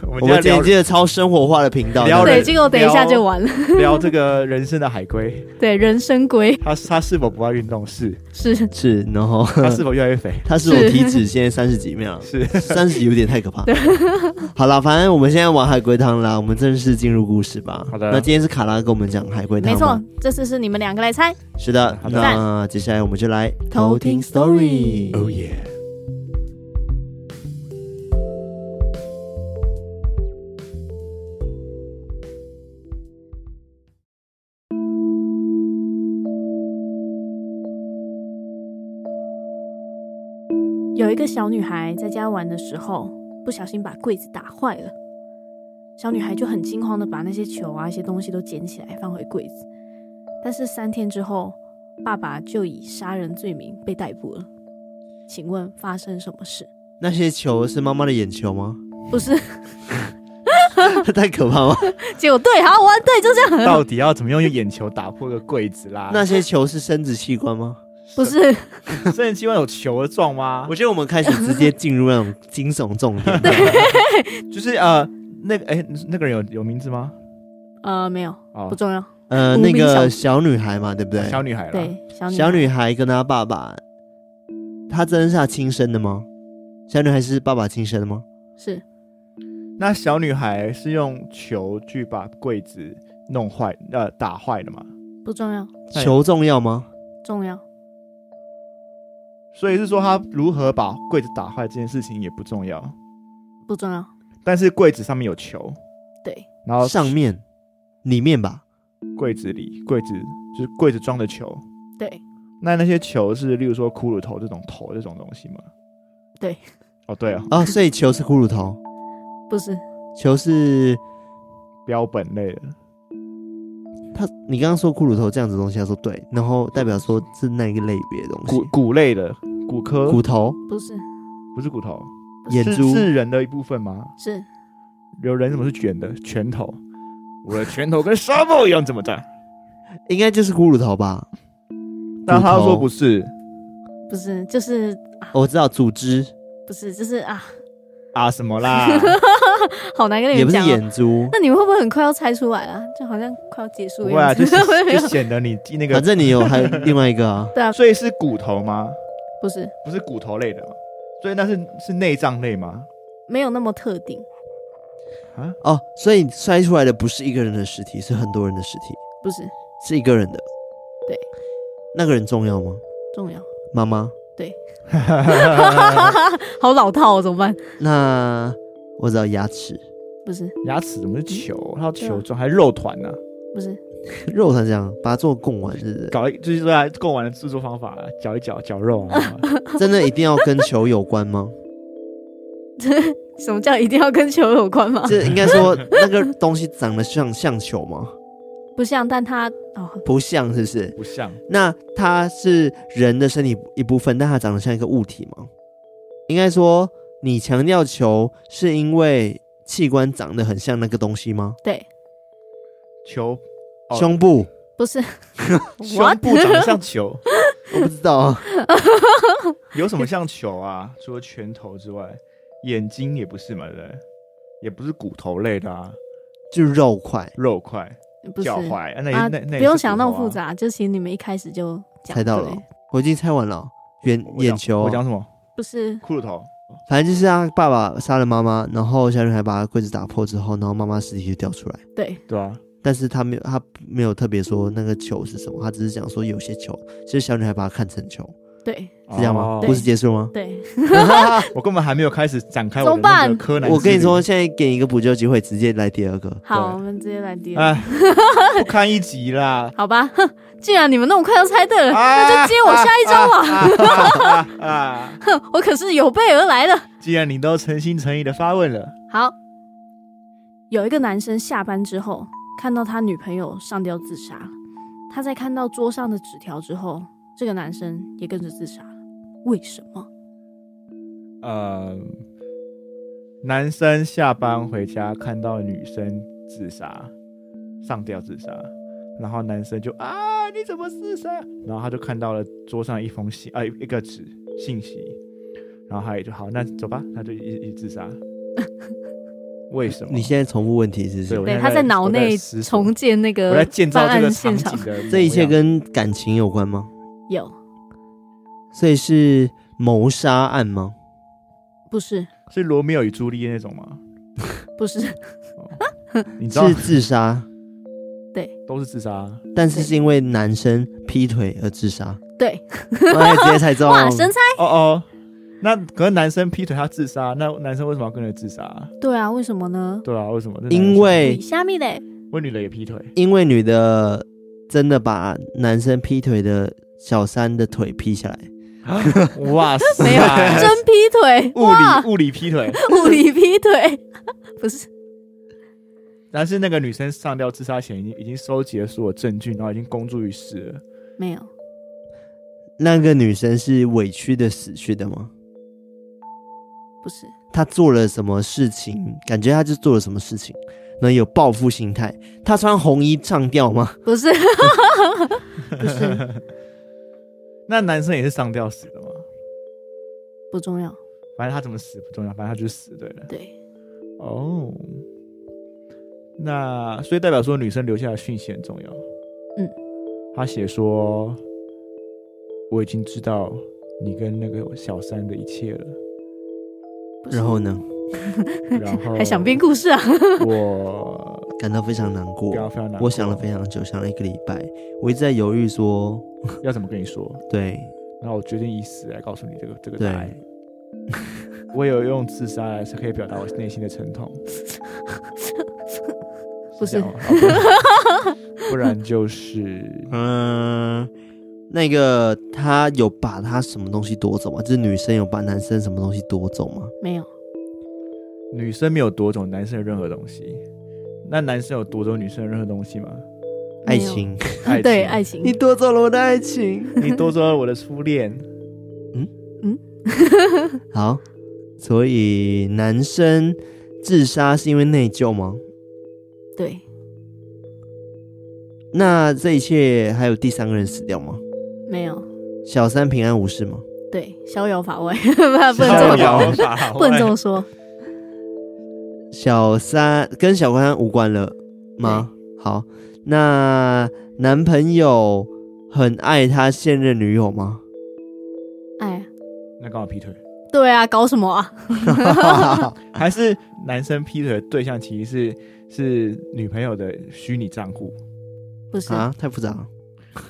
Speaker 3: 我
Speaker 1: 我
Speaker 3: 们
Speaker 1: 们今
Speaker 3: 今天
Speaker 1: 天这个超生活化的频道，
Speaker 3: 聊
Speaker 4: [LAUGHS] 对，
Speaker 3: 人
Speaker 4: 结果等一下就完了。
Speaker 3: 聊聊这个人生的海龟，
Speaker 4: [LAUGHS] 对，人参龟
Speaker 3: 他他是否不爱运动？是，
Speaker 4: 是
Speaker 1: 是，然后
Speaker 3: 他是否越来越肥？
Speaker 1: 他是我体脂现在三十几秒，
Speaker 3: 是，
Speaker 1: 三十有点太可怕。好了，反正我们现在玩海龟汤啦，我们正式进入故事吧。
Speaker 3: 好的
Speaker 1: 那今天是卡拉跟我们讲海龟汤，
Speaker 4: 没错，，这次是你们两个来猜。
Speaker 1: 是的。
Speaker 3: 好的
Speaker 1: 那接下来我们就来
Speaker 4: 偷听 story
Speaker 1: story
Speaker 3: Oh yeah！
Speaker 4: 有一个小女孩在家玩的时候，不小心把柜子打坏了。小女孩就很惊慌的把那些球啊、一些东西都捡起来放回柜子。但是三天之后，爸爸就以杀人罪名被逮捕了。请问发生什么事？
Speaker 1: 那些球是妈妈的眼球吗？ [LAUGHS]
Speaker 4: 不是， [LAUGHS]
Speaker 1: 太可怕
Speaker 3: [LAUGHS]
Speaker 1: 吗？
Speaker 4: 结果对，好，完对，就这样。
Speaker 3: 到底要怎么用眼球打破个柜子啦？
Speaker 1: 那些球是生殖器官吗？
Speaker 4: 不是，
Speaker 3: 生殖器官有球的状吗
Speaker 1: 我？觉得我们开始直接进入那
Speaker 3: [LAUGHS]
Speaker 1: 种惊悚重点。
Speaker 3: 就是呃，那个哎，那个人有有名字吗？
Speaker 4: 呃，没有，不
Speaker 3: 哦，
Speaker 4: 重要。
Speaker 1: 呃，
Speaker 4: 无
Speaker 1: 那
Speaker 4: 名
Speaker 1: 个
Speaker 4: 小
Speaker 1: 小女孩嘛，对不对？
Speaker 3: 小女孩啦，
Speaker 4: 对，小女
Speaker 1: 小
Speaker 4: 孩
Speaker 1: 女孩跟她爸爸，她真是她亲生的吗？小女孩是爸爸亲生的吗？
Speaker 4: 是
Speaker 3: 那小女孩是用球去把柜子弄坏，呃，打坏的嘛？
Speaker 4: 不重要，
Speaker 3: 那也
Speaker 1: 球重要吗？
Speaker 4: 重要
Speaker 3: 所以是说她如何把柜子打坏这件事情也不重要，
Speaker 4: 不重要？
Speaker 3: 但是柜子上面有球，
Speaker 4: 对，
Speaker 3: 然后
Speaker 1: 上面、里面吧，
Speaker 3: 柜子里柜子就是柜子装的球。
Speaker 4: 对，
Speaker 3: 那那些球是例如说骷髅头这种头这种东西吗？
Speaker 4: 对。
Speaker 3: 哦，对啊，
Speaker 1: 啊，所以球是骷髅头，
Speaker 4: 不是，
Speaker 1: 球是
Speaker 3: 标本类的，
Speaker 1: 他，你刚刚说骷髅头这样子的东西，他说对，然后代表说是那一个类别的东西
Speaker 3: 骨，骨类的骨科，
Speaker 1: 骨头、
Speaker 4: 不是，
Speaker 3: 不是骨头，
Speaker 1: 眼
Speaker 3: 是
Speaker 1: 珠，
Speaker 3: 是人的一部分吗？
Speaker 4: 是
Speaker 3: 有人怎么是卷的？拳头，我的拳头跟沙漠一样这
Speaker 1: [LAUGHS]
Speaker 3: 么大。
Speaker 1: 应该就是骷髅头吧？
Speaker 3: 但他说不
Speaker 1: 是，
Speaker 3: 是
Speaker 4: 不是？就是
Speaker 1: 我知道组织
Speaker 4: 不是？就是啊，
Speaker 3: 啊什么
Speaker 1: [LAUGHS]
Speaker 3: 啦，
Speaker 4: 好难跟你
Speaker 1: 也不
Speaker 4: 们
Speaker 1: 是
Speaker 4: 讲、哦。
Speaker 1: 眼珠，
Speaker 4: 那你们会不会很快要猜出来啊？就好像快要结束
Speaker 3: 不
Speaker 4: 的
Speaker 3: 会啊，
Speaker 4: 样 [LAUGHS]
Speaker 3: 就
Speaker 4: 子。
Speaker 3: 是
Speaker 1: [LAUGHS]
Speaker 4: 没有
Speaker 3: 就显得你那
Speaker 1: 反
Speaker 3: 个，
Speaker 1: 正你有还有另外一个啊，
Speaker 4: 对啊，
Speaker 3: 所以是骨头吗？
Speaker 4: 不是
Speaker 3: 不是骨头类的吗？所以那是是内脏类吗？
Speaker 4: 没有那么特定，
Speaker 3: 啊，
Speaker 1: 哦，所以摔出来的不是一个人的尸体，是很多人的尸体，
Speaker 4: 不是
Speaker 1: 是一个人的，
Speaker 4: 对，
Speaker 1: 那个人重要吗？
Speaker 4: 重要。 [LAUGHS]
Speaker 1: 妈妈，
Speaker 4: 好老套哦，怎么办？
Speaker 1: 那我知道牙齿，
Speaker 4: 不是
Speaker 3: 牙齿怎么是球？它有
Speaker 4: 对
Speaker 3: 球
Speaker 4: 啊
Speaker 3: 状，还是肉团呢、
Speaker 4: 不是
Speaker 1: 肉它这样把它做贡丸，是不是？
Speaker 3: 搞一就是说它贡丸的制作方法，搅一搅，绞肉啊。 [LAUGHS]
Speaker 1: 真的一定要跟球有关吗？
Speaker 4: 什么叫一定要跟球有关吗？
Speaker 1: 这应该说那个东西长得像像球吗？
Speaker 4: 不像，但它哦，
Speaker 1: 不像，是不是？
Speaker 3: 不像，
Speaker 1: 那它是人的身体一部分，但它长得像一个物体吗？应该说你强调球是因为器官长得很像那个东西吗？
Speaker 4: 对，
Speaker 3: 球，哦
Speaker 1: 胸部？
Speaker 4: 不是
Speaker 3: 胸
Speaker 4: What？
Speaker 3: 部长得像球，
Speaker 1: 我不知道啊，
Speaker 3: 有什么像球啊？除了拳头之外，眼睛也不是嘛，对不对？也不是骨头类的啊，
Speaker 1: 就是肉块。
Speaker 3: 肉块、
Speaker 4: 不是
Speaker 3: 脚踝，啊那也
Speaker 4: 啊，
Speaker 3: 那那也
Speaker 4: 不用
Speaker 3: 是
Speaker 4: 想
Speaker 3: 骨
Speaker 4: 那
Speaker 3: 头
Speaker 4: 么复
Speaker 3: 啊。
Speaker 4: 杂，就其实你们一开始就讲
Speaker 1: 猜到
Speaker 4: 对
Speaker 1: 了，我已经猜完了。眼
Speaker 3: 我
Speaker 1: 眼
Speaker 3: 讲
Speaker 1: 球
Speaker 3: 我，讲什么？
Speaker 4: 不是
Speaker 3: 骷髅头。
Speaker 1: 反正就是他爸爸杀了妈妈，然后小女孩把他柜子打破之后，然后妈妈尸体就掉出来。
Speaker 4: 对
Speaker 3: 对啊，
Speaker 1: 但是他没有，他没有特别说
Speaker 3: 嗯
Speaker 1: 那个球是什么，他只是讲说有些球，其实小女孩把它看成球，
Speaker 4: 对
Speaker 1: 是这样吗？
Speaker 3: 哦
Speaker 1: 故事结束吗？
Speaker 4: 对，
Speaker 3: 我根本还没有开始展开
Speaker 4: 怎
Speaker 3: 我
Speaker 4: 么
Speaker 3: 的那
Speaker 4: 办
Speaker 3: 个柯南。
Speaker 1: 我跟你说，，现在给你一个补救机会，直接来第二个。
Speaker 4: 好，我们直接来第二，！
Speaker 3: 哎，不堪一击啦
Speaker 4: 好吧？ [LAUGHS] 哼，既然你们那么快就猜对了，
Speaker 3: 啊
Speaker 4: 那就接我下一招吧。
Speaker 3: 啊啊啊！
Speaker 4: 哼，我可是有备而来的。
Speaker 3: 既然你都诚心诚意的发问了，
Speaker 4: 好，有一个男生下班之后看到他女朋友上吊自杀了，他在看到桌上的纸条之后，这个男生也跟着自杀了。为什么？
Speaker 3: 呃，男生下班回家看到女生自杀，上吊自杀，然后男生就啊你怎么自杀？然后他就看到了桌上一封信，啊一一个纸信息，然后他也就好，那走吧，他就一一自杀。为什么？
Speaker 1: 你现在重复问题是不
Speaker 3: 对
Speaker 1: 是
Speaker 3: 我？
Speaker 4: 对，
Speaker 3: 现
Speaker 4: 他在脑
Speaker 3: 我
Speaker 4: 内
Speaker 3: 在思索
Speaker 4: 重建那
Speaker 3: 我在
Speaker 4: 个
Speaker 3: 建造
Speaker 4: 办
Speaker 3: 这个
Speaker 4: 案
Speaker 3: 场
Speaker 4: 现
Speaker 3: 景
Speaker 4: 场。
Speaker 3: 的模样
Speaker 1: 这一切跟感情有关吗？
Speaker 4: 有，
Speaker 1: 所以是谋杀案吗？
Speaker 4: 不是，
Speaker 3: 是罗密欧与朱丽叶那种吗？哦
Speaker 4: 不是，
Speaker 1: [LAUGHS]
Speaker 3: 你知道
Speaker 1: 是自
Speaker 3: [LAUGHS]
Speaker 1: 杀，
Speaker 3: 都是自杀啊，
Speaker 1: 但是是因为男生劈腿而自杀。
Speaker 4: 对，
Speaker 1: 我直接猜
Speaker 3: [LAUGHS]
Speaker 1: 中。
Speaker 4: 哇，神猜！
Speaker 3: 哦哦。那可是男生劈腿他自杀，那男生为什么要跟着自杀啊？
Speaker 4: 对啊，为什么呢？
Speaker 3: 对啊，为什么？那男生
Speaker 1: 因为
Speaker 4: 你虾米
Speaker 3: 哎
Speaker 4: 嘞？
Speaker 3: 为女的也劈腿，
Speaker 1: 因为女的真的把男生劈腿的小三的腿劈下来，
Speaker 3: [LAUGHS] 哇塞！
Speaker 4: 啊
Speaker 3: [LAUGHS]
Speaker 4: 没有，真劈腿！
Speaker 3: 哎物
Speaker 4: 哇
Speaker 3: 理，物理劈腿，
Speaker 4: 物理劈腿， [LAUGHS] 不是
Speaker 3: 但是那个女生上吊自杀前已经已经收集了所有证据，然后已经公诸于世了。
Speaker 4: 没有，
Speaker 1: 那个女生是委屈的死去的吗？
Speaker 4: 不是，
Speaker 1: 她做了什么事情？感觉她就做了什么事情，然后有报复心态。她穿红衣上吊吗？
Speaker 4: 不是， [LAUGHS] 不是，
Speaker 3: [LAUGHS] 那男生也是上吊死的吗？
Speaker 4: 不重要。
Speaker 3: 反正他怎么死不重要，反正他就是死对了。
Speaker 4: 对，
Speaker 3: 哦，那所以代表说女生留下的讯息很重要。
Speaker 4: 嗯，
Speaker 3: 他写说我已经知道你跟那个小三的一切
Speaker 4: [LAUGHS]
Speaker 3: 了，
Speaker 4: 不是
Speaker 1: 然后呢？
Speaker 3: 然后
Speaker 4: 还想编故事啊？
Speaker 1: 哦
Speaker 3: 我
Speaker 1: 感到非常难过
Speaker 3: 不。要非常难过，
Speaker 1: 我想了非常久，想了一个礼拜，我一直在犹豫说，
Speaker 3: 要怎么跟你说。
Speaker 1: 对
Speaker 3: 然后我决定以死来告诉你这个这个答案
Speaker 1: 对。，
Speaker 3: 我有用自杀来是可以表达我内心的沉痛，
Speaker 4: [LAUGHS] 不是
Speaker 3: 这样吗，哦不不然 [LAUGHS]
Speaker 1: [LAUGHS]
Speaker 3: 就是
Speaker 1: 嗯，那个他有把他什么东西夺走吗？就是女生有把男生什么东西夺走吗？
Speaker 4: 没有，
Speaker 3: 女生没有夺走男生的任何东西，那男生有夺走女生的任何东
Speaker 4: [LAUGHS]
Speaker 3: 西吗？
Speaker 1: 爱
Speaker 4: 没有
Speaker 1: 情，
Speaker 3: 爱情
Speaker 4: 对爱情
Speaker 1: [LAUGHS] 你，夺走了我的爱情。
Speaker 3: 你夺走了我的初
Speaker 4: [LAUGHS]
Speaker 3: 恋，
Speaker 1: 好，所以男生自杀是因为内疚吗？
Speaker 4: 对，
Speaker 1: 那这一切还有第三个人死掉吗？
Speaker 4: 没有，
Speaker 1: 小三平安无事吗？
Speaker 4: 对，逍遥法外， [LAUGHS] 啊不能
Speaker 1: 能这么逍
Speaker 4: 这么
Speaker 1: 遥
Speaker 4: 说，
Speaker 3: 说
Speaker 4: 不能这么说，
Speaker 1: 小三跟小三无关了吗？好，那男朋友很爱他现任女友吗？
Speaker 3: [LAUGHS]
Speaker 4: 哎，
Speaker 3: 那刚好劈腿，
Speaker 4: 对啊，搞什么啊？
Speaker 1: 啊
Speaker 3: 还是男生劈腿的对象其实是是女朋友的虚拟账户，
Speaker 4: 不是，
Speaker 1: 啊，太复杂了。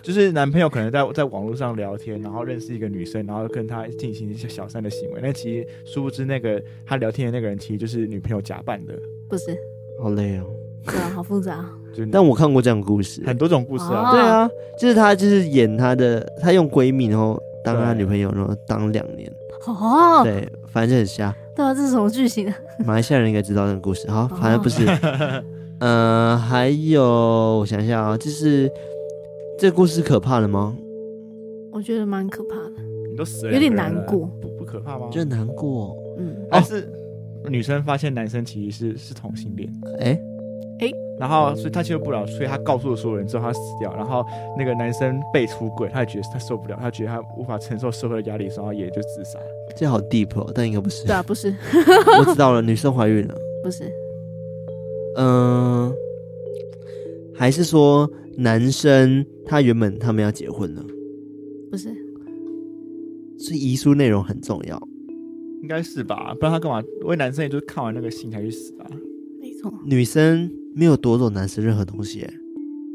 Speaker 3: 就是男朋友可能在在网络上聊天，然后认识一个女生，然后跟她进行一些小三的行为，那其实殊不知那个他聊天的那个人其实就是女朋友假扮的，
Speaker 4: 不是，
Speaker 1: 好累哦。
Speaker 4: 对啊，好复杂，
Speaker 1: [LAUGHS]
Speaker 3: 就是
Speaker 1: 但我看过这样的故事，
Speaker 3: 很多种故事啊，
Speaker 4: 哦
Speaker 1: 对啊，就是他就是演他的，他用闺蜜然后当他
Speaker 3: 对
Speaker 1: 女朋友，然后当两年，
Speaker 4: 哦，
Speaker 1: 对，反正就很瞎。
Speaker 4: 对啊，这是什么剧情啊？ [LAUGHS]
Speaker 1: 马来西亚人应该知道那个故事。好，
Speaker 4: 哦
Speaker 1: 反正不是。呃，还有我想一下啊，就是这故事可怕了吗？
Speaker 4: 我觉得蛮可怕的，
Speaker 3: 你都死了
Speaker 4: 有点
Speaker 3: 两个
Speaker 4: 难
Speaker 3: 人了
Speaker 4: 过，
Speaker 3: 不不可怕吗？
Speaker 1: 就难过。
Speaker 4: 嗯，
Speaker 1: 哦
Speaker 3: 但是女生发现男生其实是是同性恋，
Speaker 1: 哎，
Speaker 3: 然后所以她接受不了，所以她告诉了所有人之后，她死掉。然后那个男生被出轨，她也觉得她受不了，她觉得她无法承受社会的压力，然后也就自杀。
Speaker 1: 这好 deep 哦，但应该不是
Speaker 4: 对。啊，不是
Speaker 1: 我知道了，女生怀孕了。
Speaker 4: 不是，
Speaker 1: 嗯、还是说男生他原本他们要结婚了，
Speaker 4: 不是，
Speaker 1: 所以遗书内容很重要。
Speaker 3: 应该是吧，不然她干嘛？因为男生也就是看完那个信才去死啊。
Speaker 4: 没错，
Speaker 1: 女生没有夺走男生任何东西、哎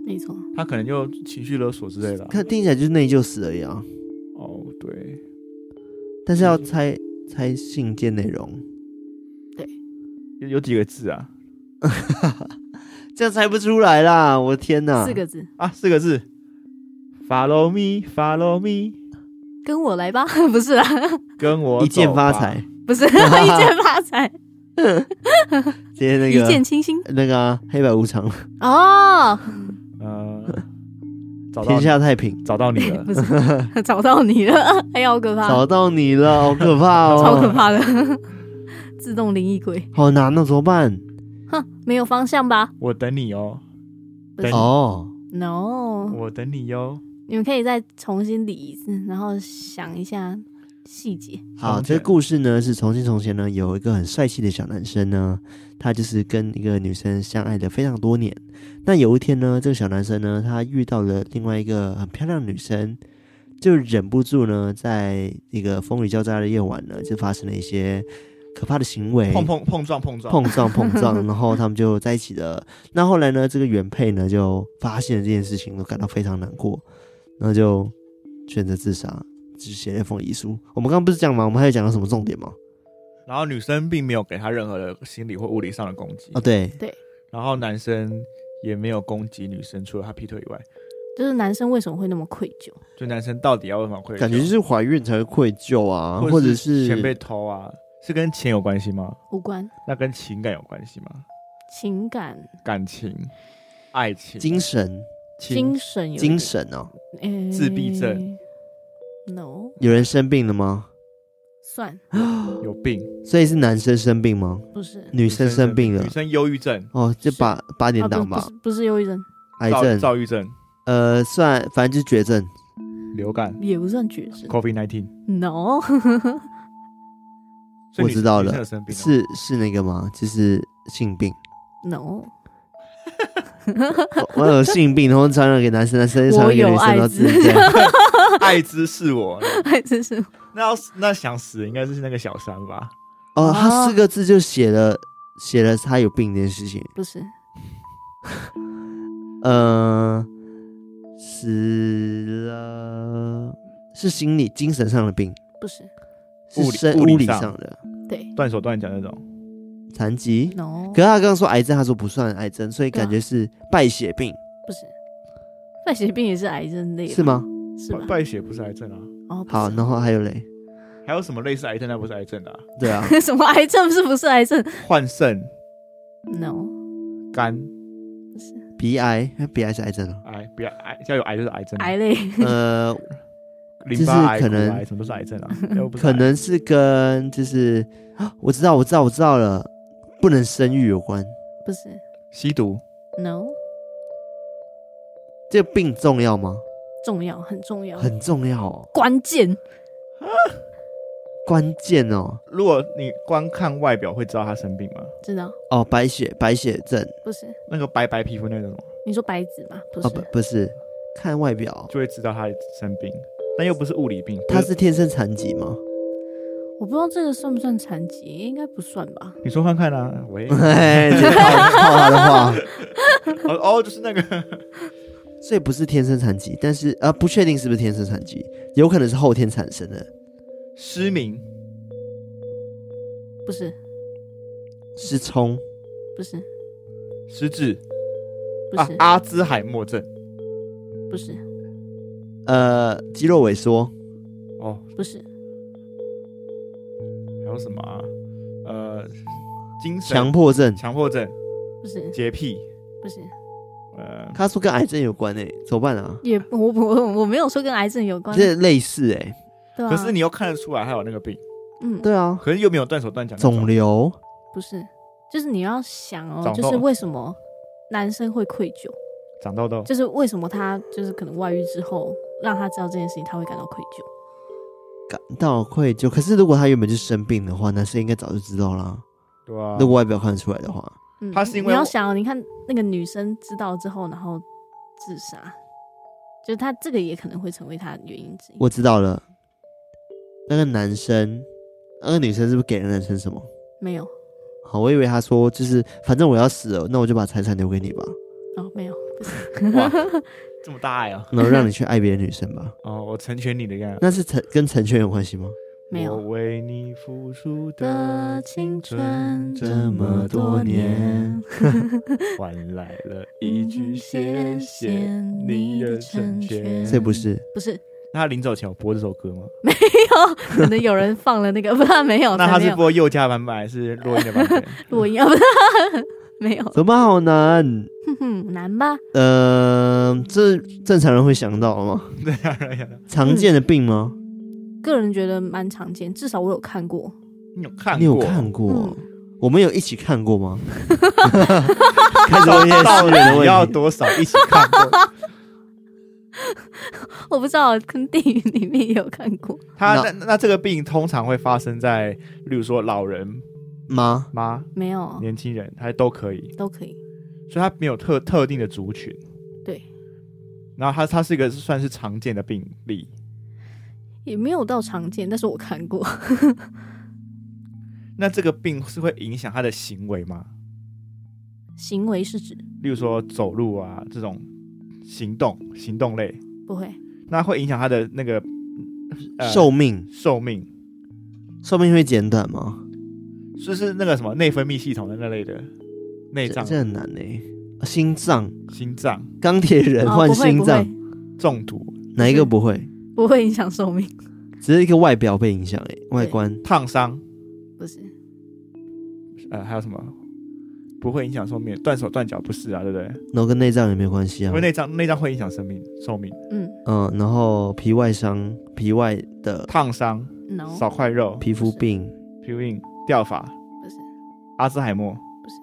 Speaker 4: 没错，
Speaker 3: 他可能就情绪勒索之类的啊、
Speaker 1: 看听起来就是内疚死而已啊。
Speaker 3: 哦，对，
Speaker 1: 但是要猜猜信件内容，
Speaker 3: 有有几个字啊？
Speaker 1: 这样猜不出来啦！我的天哪，
Speaker 4: 四个字，
Speaker 3: 啊，四个字。Follow me, follow me，
Speaker 4: 跟我来吧， [LAUGHS] 不是啦，啊
Speaker 3: 跟我
Speaker 1: 一键
Speaker 3: 走
Speaker 1: 发
Speaker 3: 吧
Speaker 1: 财。，
Speaker 4: 不是 [LAUGHS] 一见发
Speaker 1: [LAUGHS]
Speaker 4: 财，
Speaker 1: 直接那
Speaker 4: 一见
Speaker 1: 个
Speaker 4: 倾心
Speaker 1: 那个啊、黑白无常，
Speaker 4: 哦，，
Speaker 3: 呃，找到
Speaker 1: 天
Speaker 3: 你
Speaker 1: 下太平，
Speaker 3: 找到你了
Speaker 4: 不是， [LAUGHS] 找到你了，哎呀，好可怕，
Speaker 1: 找到你
Speaker 3: [LAUGHS]
Speaker 1: 了，好可怕哦，
Speaker 4: 超可，怕的， [LAUGHS] 自动灵异鬼，
Speaker 1: 好难哦，怎么办？
Speaker 4: 哼，没有方向吧
Speaker 3: 我等你哦，等你，
Speaker 1: 哦，
Speaker 4: ？No，
Speaker 3: 我等你哟。
Speaker 4: 你们可以再重新理一次，然后想一下细节。
Speaker 1: 好，
Speaker 3: 重
Speaker 1: 这
Speaker 3: 建
Speaker 1: 个故事呢是从前从前呢有一个很帅气的小男生呢，他就是跟一个女生相爱了非常多年。那有一天呢，这个小男生呢他遇到了另外一个很漂亮的女生，就忍不住呢在一个风雨交加的夜晚呢就发生了一些可怕的行为，
Speaker 3: 碰碰碰撞碰撞，
Speaker 1: 哎碰撞碰撞，然后他们就在一起了。那后来呢，这个原配呢就发现了这件事情，都感到非常难过，然后就选择自杀，只写了一封遗书。我们刚刚不是讲吗？我们还有讲到什么重点吗？
Speaker 3: 然后女生并没有给他任何的心理或物理上的攻击
Speaker 1: 哦，，对，
Speaker 3: 然后男生也没有攻击女生，除了他劈腿以外，
Speaker 4: 就是男生为什么会那么愧疚？
Speaker 3: 就男生到底要为什么愧疚？
Speaker 1: 感觉就是怀孕才会愧疚啊，或者是
Speaker 3: 钱被偷啊，是跟钱有关系吗？
Speaker 4: 无关
Speaker 3: 那跟情感有关系吗？
Speaker 4: 情感、
Speaker 3: 感情、爱情、
Speaker 1: 精神
Speaker 3: 情
Speaker 4: 精神有
Speaker 1: 精神哦。
Speaker 4: 诶
Speaker 3: 自闭症。
Speaker 4: No，
Speaker 1: 有人生病了吗？
Speaker 4: 算
Speaker 3: 有病，
Speaker 1: 所以是男生生病吗？
Speaker 4: 不是，
Speaker 1: 女生生病了
Speaker 3: 女生忧郁症、
Speaker 1: 哦，就八八点
Speaker 4: 啊不
Speaker 1: 档
Speaker 4: 不
Speaker 1: 吧
Speaker 4: 是，不是忧郁症，
Speaker 1: 癌
Speaker 3: 躁
Speaker 1: 症，
Speaker 3: 躁郁症、
Speaker 1: 呃，算反正就是绝症。
Speaker 3: 流感、
Speaker 4: 也不算绝症。
Speaker 3: COVID nineteen，
Speaker 4: No， [LAUGHS]
Speaker 1: 我知道了
Speaker 3: 女生有生病 [LAUGHS] 哦
Speaker 1: 是是那个吗？就是性病，
Speaker 4: No， [LAUGHS]
Speaker 1: [LAUGHS] 我我有性病，然后传染给男生，男生传
Speaker 4: 我
Speaker 1: 染给
Speaker 4: 有
Speaker 1: 女生，然后
Speaker 4: 艾
Speaker 1: 自
Speaker 4: 滋
Speaker 1: 己这样。
Speaker 3: 艾滋是我，
Speaker 4: 还真是
Speaker 3: 那要是那想死应该是那个小三吧？
Speaker 4: [LAUGHS]
Speaker 1: 哦，他
Speaker 4: 啊
Speaker 1: 四个字就写了写了他有病这件事情。
Speaker 4: 不是
Speaker 1: 呃，死了是心理精神上的病，
Speaker 4: 不是，
Speaker 1: 是
Speaker 3: 物理
Speaker 1: 生
Speaker 3: 物理
Speaker 1: 物理
Speaker 3: 上
Speaker 1: 上的
Speaker 4: 对
Speaker 3: 断手断脚那种，
Speaker 1: 残疾。
Speaker 4: ，No，
Speaker 1: 可是他刚刚说癌症，他说不算癌症，所以
Speaker 4: 对啊
Speaker 1: 感觉是败血病，
Speaker 4: 不是，败血病也是癌症类吧
Speaker 1: 是？吗？
Speaker 4: 是吧？
Speaker 3: 败血不是癌症啊？
Speaker 4: 哦，不是
Speaker 1: 好，然后还有嘞，
Speaker 3: 还有什么类似癌症那不是癌症的啊？
Speaker 1: 对啊，
Speaker 4: [LAUGHS] 什么癌症是不是癌症
Speaker 3: 换肾、
Speaker 4: ？No，
Speaker 3: 肝
Speaker 4: 不是
Speaker 1: 鼻癌， [LAUGHS] 鼻癌是癌症啊。
Speaker 3: 癌，不要癌，要有癌就是癌症，啊
Speaker 4: 癌类， [LAUGHS]
Speaker 1: 呃，
Speaker 3: 淋巴癌、
Speaker 1: 就是可
Speaker 3: 骨
Speaker 1: 能
Speaker 3: 癌什么都是癌症啊，要不是
Speaker 1: 可能是跟就是啊我知道，我知道，我知道了，不能生育有关。
Speaker 4: 不是
Speaker 3: 吸毒、
Speaker 4: No，
Speaker 1: 这个病重要吗？
Speaker 4: 重要，很重要，
Speaker 1: 很重要哦，
Speaker 4: 关键。
Speaker 1: 关键哦。
Speaker 3: 如果你光看外表会知道他生病吗？
Speaker 4: 知道
Speaker 1: 哦，白血白血症
Speaker 4: 不是？
Speaker 3: 那个白白皮肤那种
Speaker 4: 你说白纸吗？不
Speaker 1: 哦，
Speaker 4: 是，
Speaker 1: 不不是，看外表，
Speaker 3: 就会知道他生病，但又不是物理病。
Speaker 1: 他
Speaker 3: 就是
Speaker 1: 天生残疾吗？，
Speaker 4: 我不知道这个算不算残疾，应该不算吧？
Speaker 3: 你说看看啊，喂
Speaker 1: [LAUGHS]
Speaker 4: [LAUGHS]
Speaker 1: 哎，这套套他的话，
Speaker 3: 哦哦，就是那个 [LAUGHS]
Speaker 1: 所以不是天生残疾，但是呃，不确定是不是天生残疾，有可能是后天产生的
Speaker 3: 失明、
Speaker 4: 不是，
Speaker 1: 失聪。
Speaker 4: 不是，
Speaker 3: 失智
Speaker 4: 不
Speaker 3: 啊
Speaker 4: 是，，
Speaker 3: 阿兹海默症
Speaker 4: 不是，
Speaker 1: 呃，肌肉萎缩，
Speaker 3: 哦，
Speaker 4: 不是，
Speaker 3: 还有什么啊？呃，精神
Speaker 1: 强迫症。
Speaker 3: 强迫症、
Speaker 4: 不是，
Speaker 3: 洁癖，
Speaker 4: 不是，
Speaker 3: 呃，
Speaker 1: 他欸说跟癌症有关诶、怎么办啊？
Speaker 4: 也我我我没有说跟癌症有关，
Speaker 1: 这类似诶、欸
Speaker 4: 对啊，
Speaker 3: 可是你又看得出来他有那个病，
Speaker 4: 嗯，
Speaker 1: 对啊，
Speaker 3: 可是又没有断手断脚那种。
Speaker 1: 肿瘤
Speaker 4: 不是，就是你要想哦，
Speaker 3: 长痘
Speaker 4: 就是为什么男生会愧疚，
Speaker 3: 长痘痘，
Speaker 4: 就是为什么他就是可能外遇之后让他知道这件事情，他会感到愧疚。
Speaker 1: 感到愧疚。可是如果他原本就生病的话，男生应该早就知道啦。
Speaker 3: 对啊，
Speaker 1: 如果外表看得出来的话，
Speaker 4: 嗯，
Speaker 3: 他是因为
Speaker 4: 你
Speaker 3: 我
Speaker 4: 要想哦，你看那个女生知道之后，然后自杀，就是他这个也可能会成为他的原因之一。
Speaker 1: 我知道了。那个男生，那个女生是不是给了男生什么？
Speaker 4: 没有
Speaker 1: 好，我以为他说就是反正我要死了，那我就把财产留给你吧，
Speaker 4: 哦，没有，不是
Speaker 3: [LAUGHS] 哇，这么大爱啊！
Speaker 1: 然后让你去爱别的女生
Speaker 3: [LAUGHS]
Speaker 1: 吧。
Speaker 3: 哦，我成全你的样子。
Speaker 1: 那是成跟成全有关系吗？
Speaker 4: 没有
Speaker 3: 我为你付出
Speaker 4: 的
Speaker 3: 的
Speaker 4: 青
Speaker 3: 青
Speaker 4: 春
Speaker 3: 春
Speaker 4: 这
Speaker 1: 这么多年，
Speaker 3: 换来了一句谢谢你的成全。
Speaker 1: 这不是
Speaker 4: 不是， [LAUGHS]
Speaker 3: 那他临走前有播这首歌吗？
Speaker 4: 可能有人放了那个，不知道没有，
Speaker 3: 那他
Speaker 4: 才没
Speaker 3: 是
Speaker 4: 有
Speaker 3: 播右家版本还是落音的版本？ [LAUGHS]
Speaker 4: 录音啊，不是 [LAUGHS] 没有，
Speaker 1: 怎么好难？
Speaker 4: 哼嗯哼，难吧？
Speaker 1: 呃，这正常人会想到吗？
Speaker 3: 对啊，对啊
Speaker 1: 常见的病吗？
Speaker 4: 个人觉得蛮常见，至少我有看过。
Speaker 3: 你有看过？
Speaker 1: 你有看过？
Speaker 4: 嗯，
Speaker 1: 我们有一起看过吗？开始问一些
Speaker 3: 到
Speaker 1: 少年的
Speaker 3: 底要
Speaker 1: 问题。
Speaker 3: 多少一起看
Speaker 1: [LAUGHS]
Speaker 3: 过？
Speaker 4: 我不知道，可能电影里面也有看过。
Speaker 3: 他
Speaker 1: 那
Speaker 3: 那那这个病通常会发生在，例如说老人、
Speaker 1: 吗？
Speaker 3: 妈、
Speaker 4: 没有，
Speaker 3: 年轻人，还都可以，
Speaker 4: 都可以。
Speaker 3: 所以他没有特特定的族群。
Speaker 4: 对。
Speaker 3: 然后他他是一个算是常见的病例，
Speaker 4: 也没有到常见，但是我看过，
Speaker 3: 那这个病是会影响他的行为吗？
Speaker 4: [LAUGHS] 行为是指
Speaker 3: 例如说走路啊这种行动行动类，
Speaker 4: 不会，
Speaker 3: 那会影响他的那个、呃
Speaker 1: 寿命，
Speaker 3: 寿命，
Speaker 1: 寿命会减短吗？
Speaker 3: 就是那个什么内分泌系统的那类的内
Speaker 1: 这
Speaker 3: 脏、
Speaker 1: 这很难呢、啊心脏，
Speaker 3: 心脏
Speaker 1: 钢铁人
Speaker 4: 哦
Speaker 1: 换
Speaker 4: 不会
Speaker 1: 心脏，
Speaker 3: 中毒、
Speaker 1: 哪一个不会？
Speaker 4: 不会不会影响寿命，
Speaker 1: 只是一个外表被影响哎、外观
Speaker 3: 烫伤，
Speaker 4: 不是
Speaker 3: 呃，还有什么不会影响寿命？断手断脚不是啊，对不对？
Speaker 1: 然后跟内脏也没有关系
Speaker 3: 因
Speaker 1: 啊
Speaker 3: 为。内脏内脏会影响生命寿命，
Speaker 4: 嗯
Speaker 1: 嗯，然后皮外伤、皮外的
Speaker 3: 烫伤、
Speaker 4: ，no，
Speaker 3: 少块肉、
Speaker 1: 皮肤病，
Speaker 3: 皮肤病、掉发、
Speaker 4: 不是
Speaker 3: 阿兹海默，不
Speaker 4: 是，